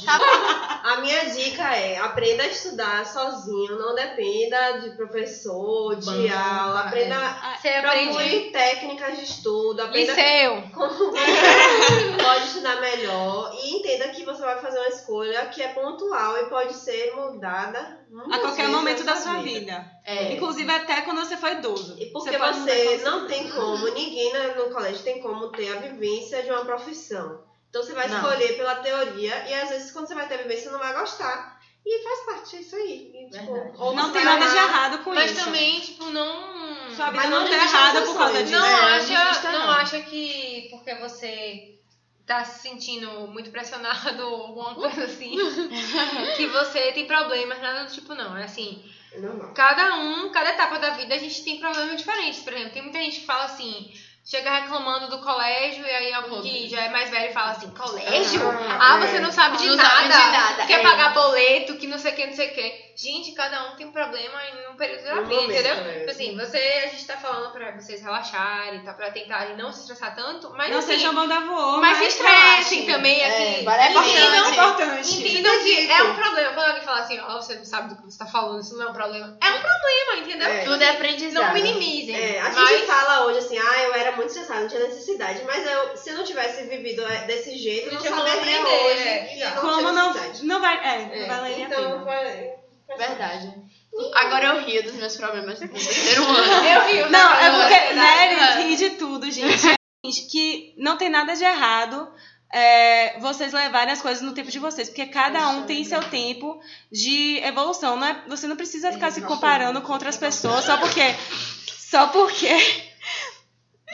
S5: A minha dica é aprenda a estudar sozinho, não dependa de professor, de
S7: Banca,
S5: aula, aprenda
S3: Você
S8: É.
S3: aprende
S5: procure técnicas de estudo, aprenda
S3: Liceu.
S5: como pode estudar melhor e entenda que você vai fazer uma escolha que é pontual e pode ser mudada
S8: A qualquer momento da sua vida.
S7: É.
S8: Inclusive até quando você for idoso.
S5: E porque
S8: Você pode mudar
S5: você
S8: quando
S5: não tem como, ninguém na- no colégio tem como ter a vivência de uma profissão. Então você vai
S7: Não.
S5: escolher pela teoria e às vezes quando você vai ter a vivência você não vai gostar. E faz parte, é isso aí. E, tipo,
S7: Verdade.
S5: ou
S8: Não
S5: você
S8: tem
S5: vai
S8: nada de
S5: amar,
S8: errado com
S3: Mas
S8: isso.
S3: também, tipo, não.
S8: Sua vida
S5: Mas
S8: não
S5: não
S8: tá
S5: desista
S8: errada
S5: dos
S8: por causa
S5: sonhos.
S8: disso.
S3: Não,
S7: É, não
S3: acha,
S7: desista,
S3: não.
S7: não.
S3: acha que porque você tá se sentindo muito pressionado ou alguma coisa assim, que você tem problemas, nada do tipo, não. É assim,
S5: É normal.
S3: cada um, cada etapa da vida, a gente tem problemas diferentes. Por exemplo, tem muita gente que fala assim, chega reclamando do colégio, e aí alguém que já é mais velho fala assim, colégio? Ah, você não sabe de
S7: Não
S3: nada.
S7: sabe de nada,
S3: Quer
S7: é.
S3: pagar boleto, que não sei o que, não sei o que. Gente, cada um tem um problema em um período da
S5: No
S3: vida,
S5: momento,
S3: entendeu?
S5: é.
S3: Tipo assim, você, a gente tá falando pra vocês relaxarem, tá? Pra tentarem não se estressar tanto, mas
S8: Não
S3: assim,
S8: sejam banda voou,
S3: mas se estressem também,
S7: É,
S3: assim.
S7: vale a pena.
S3: entendam
S8: é importante.
S3: Entendam que é um problema. Quando alguém fala assim, ó, você não sabe do que você tá falando, isso não é um problema. É um problema, entendeu?
S5: É.
S7: Tudo é aprendizado.
S3: Não minimizem.
S5: É, a
S3: mas
S5: gente fala hoje assim, ah, eu era muito estressada, não tinha necessidade. Mas eu, se eu não tivesse vivido é, desse jeito, eu não
S3: Não tinha como
S5: saberia
S3: aprender,
S5: hoje.
S3: é.
S5: e eu não
S8: Como
S5: tinha
S8: não,
S5: necessidade.
S8: não vai. É, não
S5: É,
S8: valeria a pena.
S5: então, vai-
S7: Verdade. Agora eu rio dos meus problemas do terceiro ano.
S3: eu rio.
S8: Não,
S3: né?
S8: é porque
S7: né?
S8: Nery ri de tudo, gente. É, gente, que não tem nada de errado é, vocês levarem as coisas no tempo de vocês, porque cada um tem seu tempo de evolução. Não é, você não precisa ficar se comparando com outras pessoas só porque. Só porque.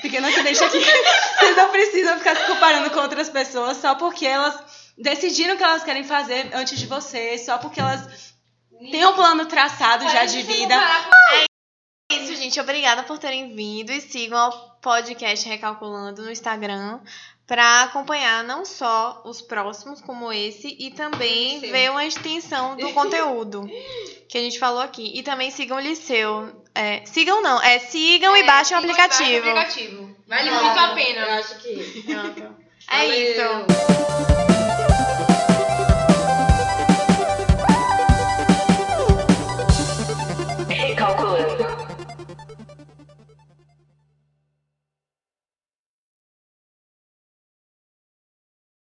S8: Pequeno acidente aqui. Vocês não precisam ficar se comparando com outras pessoas só porque elas decidiram o que elas querem fazer antes de vocês, só porque elas têm um plano traçado já de vida.
S2: É isso, gente. Obrigada por terem vindo e sigam o podcast Recalculando no Instagram para acompanhar não só os próximos como esse e também
S3: Liceu.
S2: ver uma extensão do conteúdo que a gente falou aqui. E também sigam o Liceu. É, sigam não, é sigam e
S3: É,
S2: baixem o
S3: sigam e baixem
S2: aplicativo.
S3: aplicativo. Vale muito a pena.
S5: Eu acho que.
S3: então.
S2: É isso.
S5: Valeu.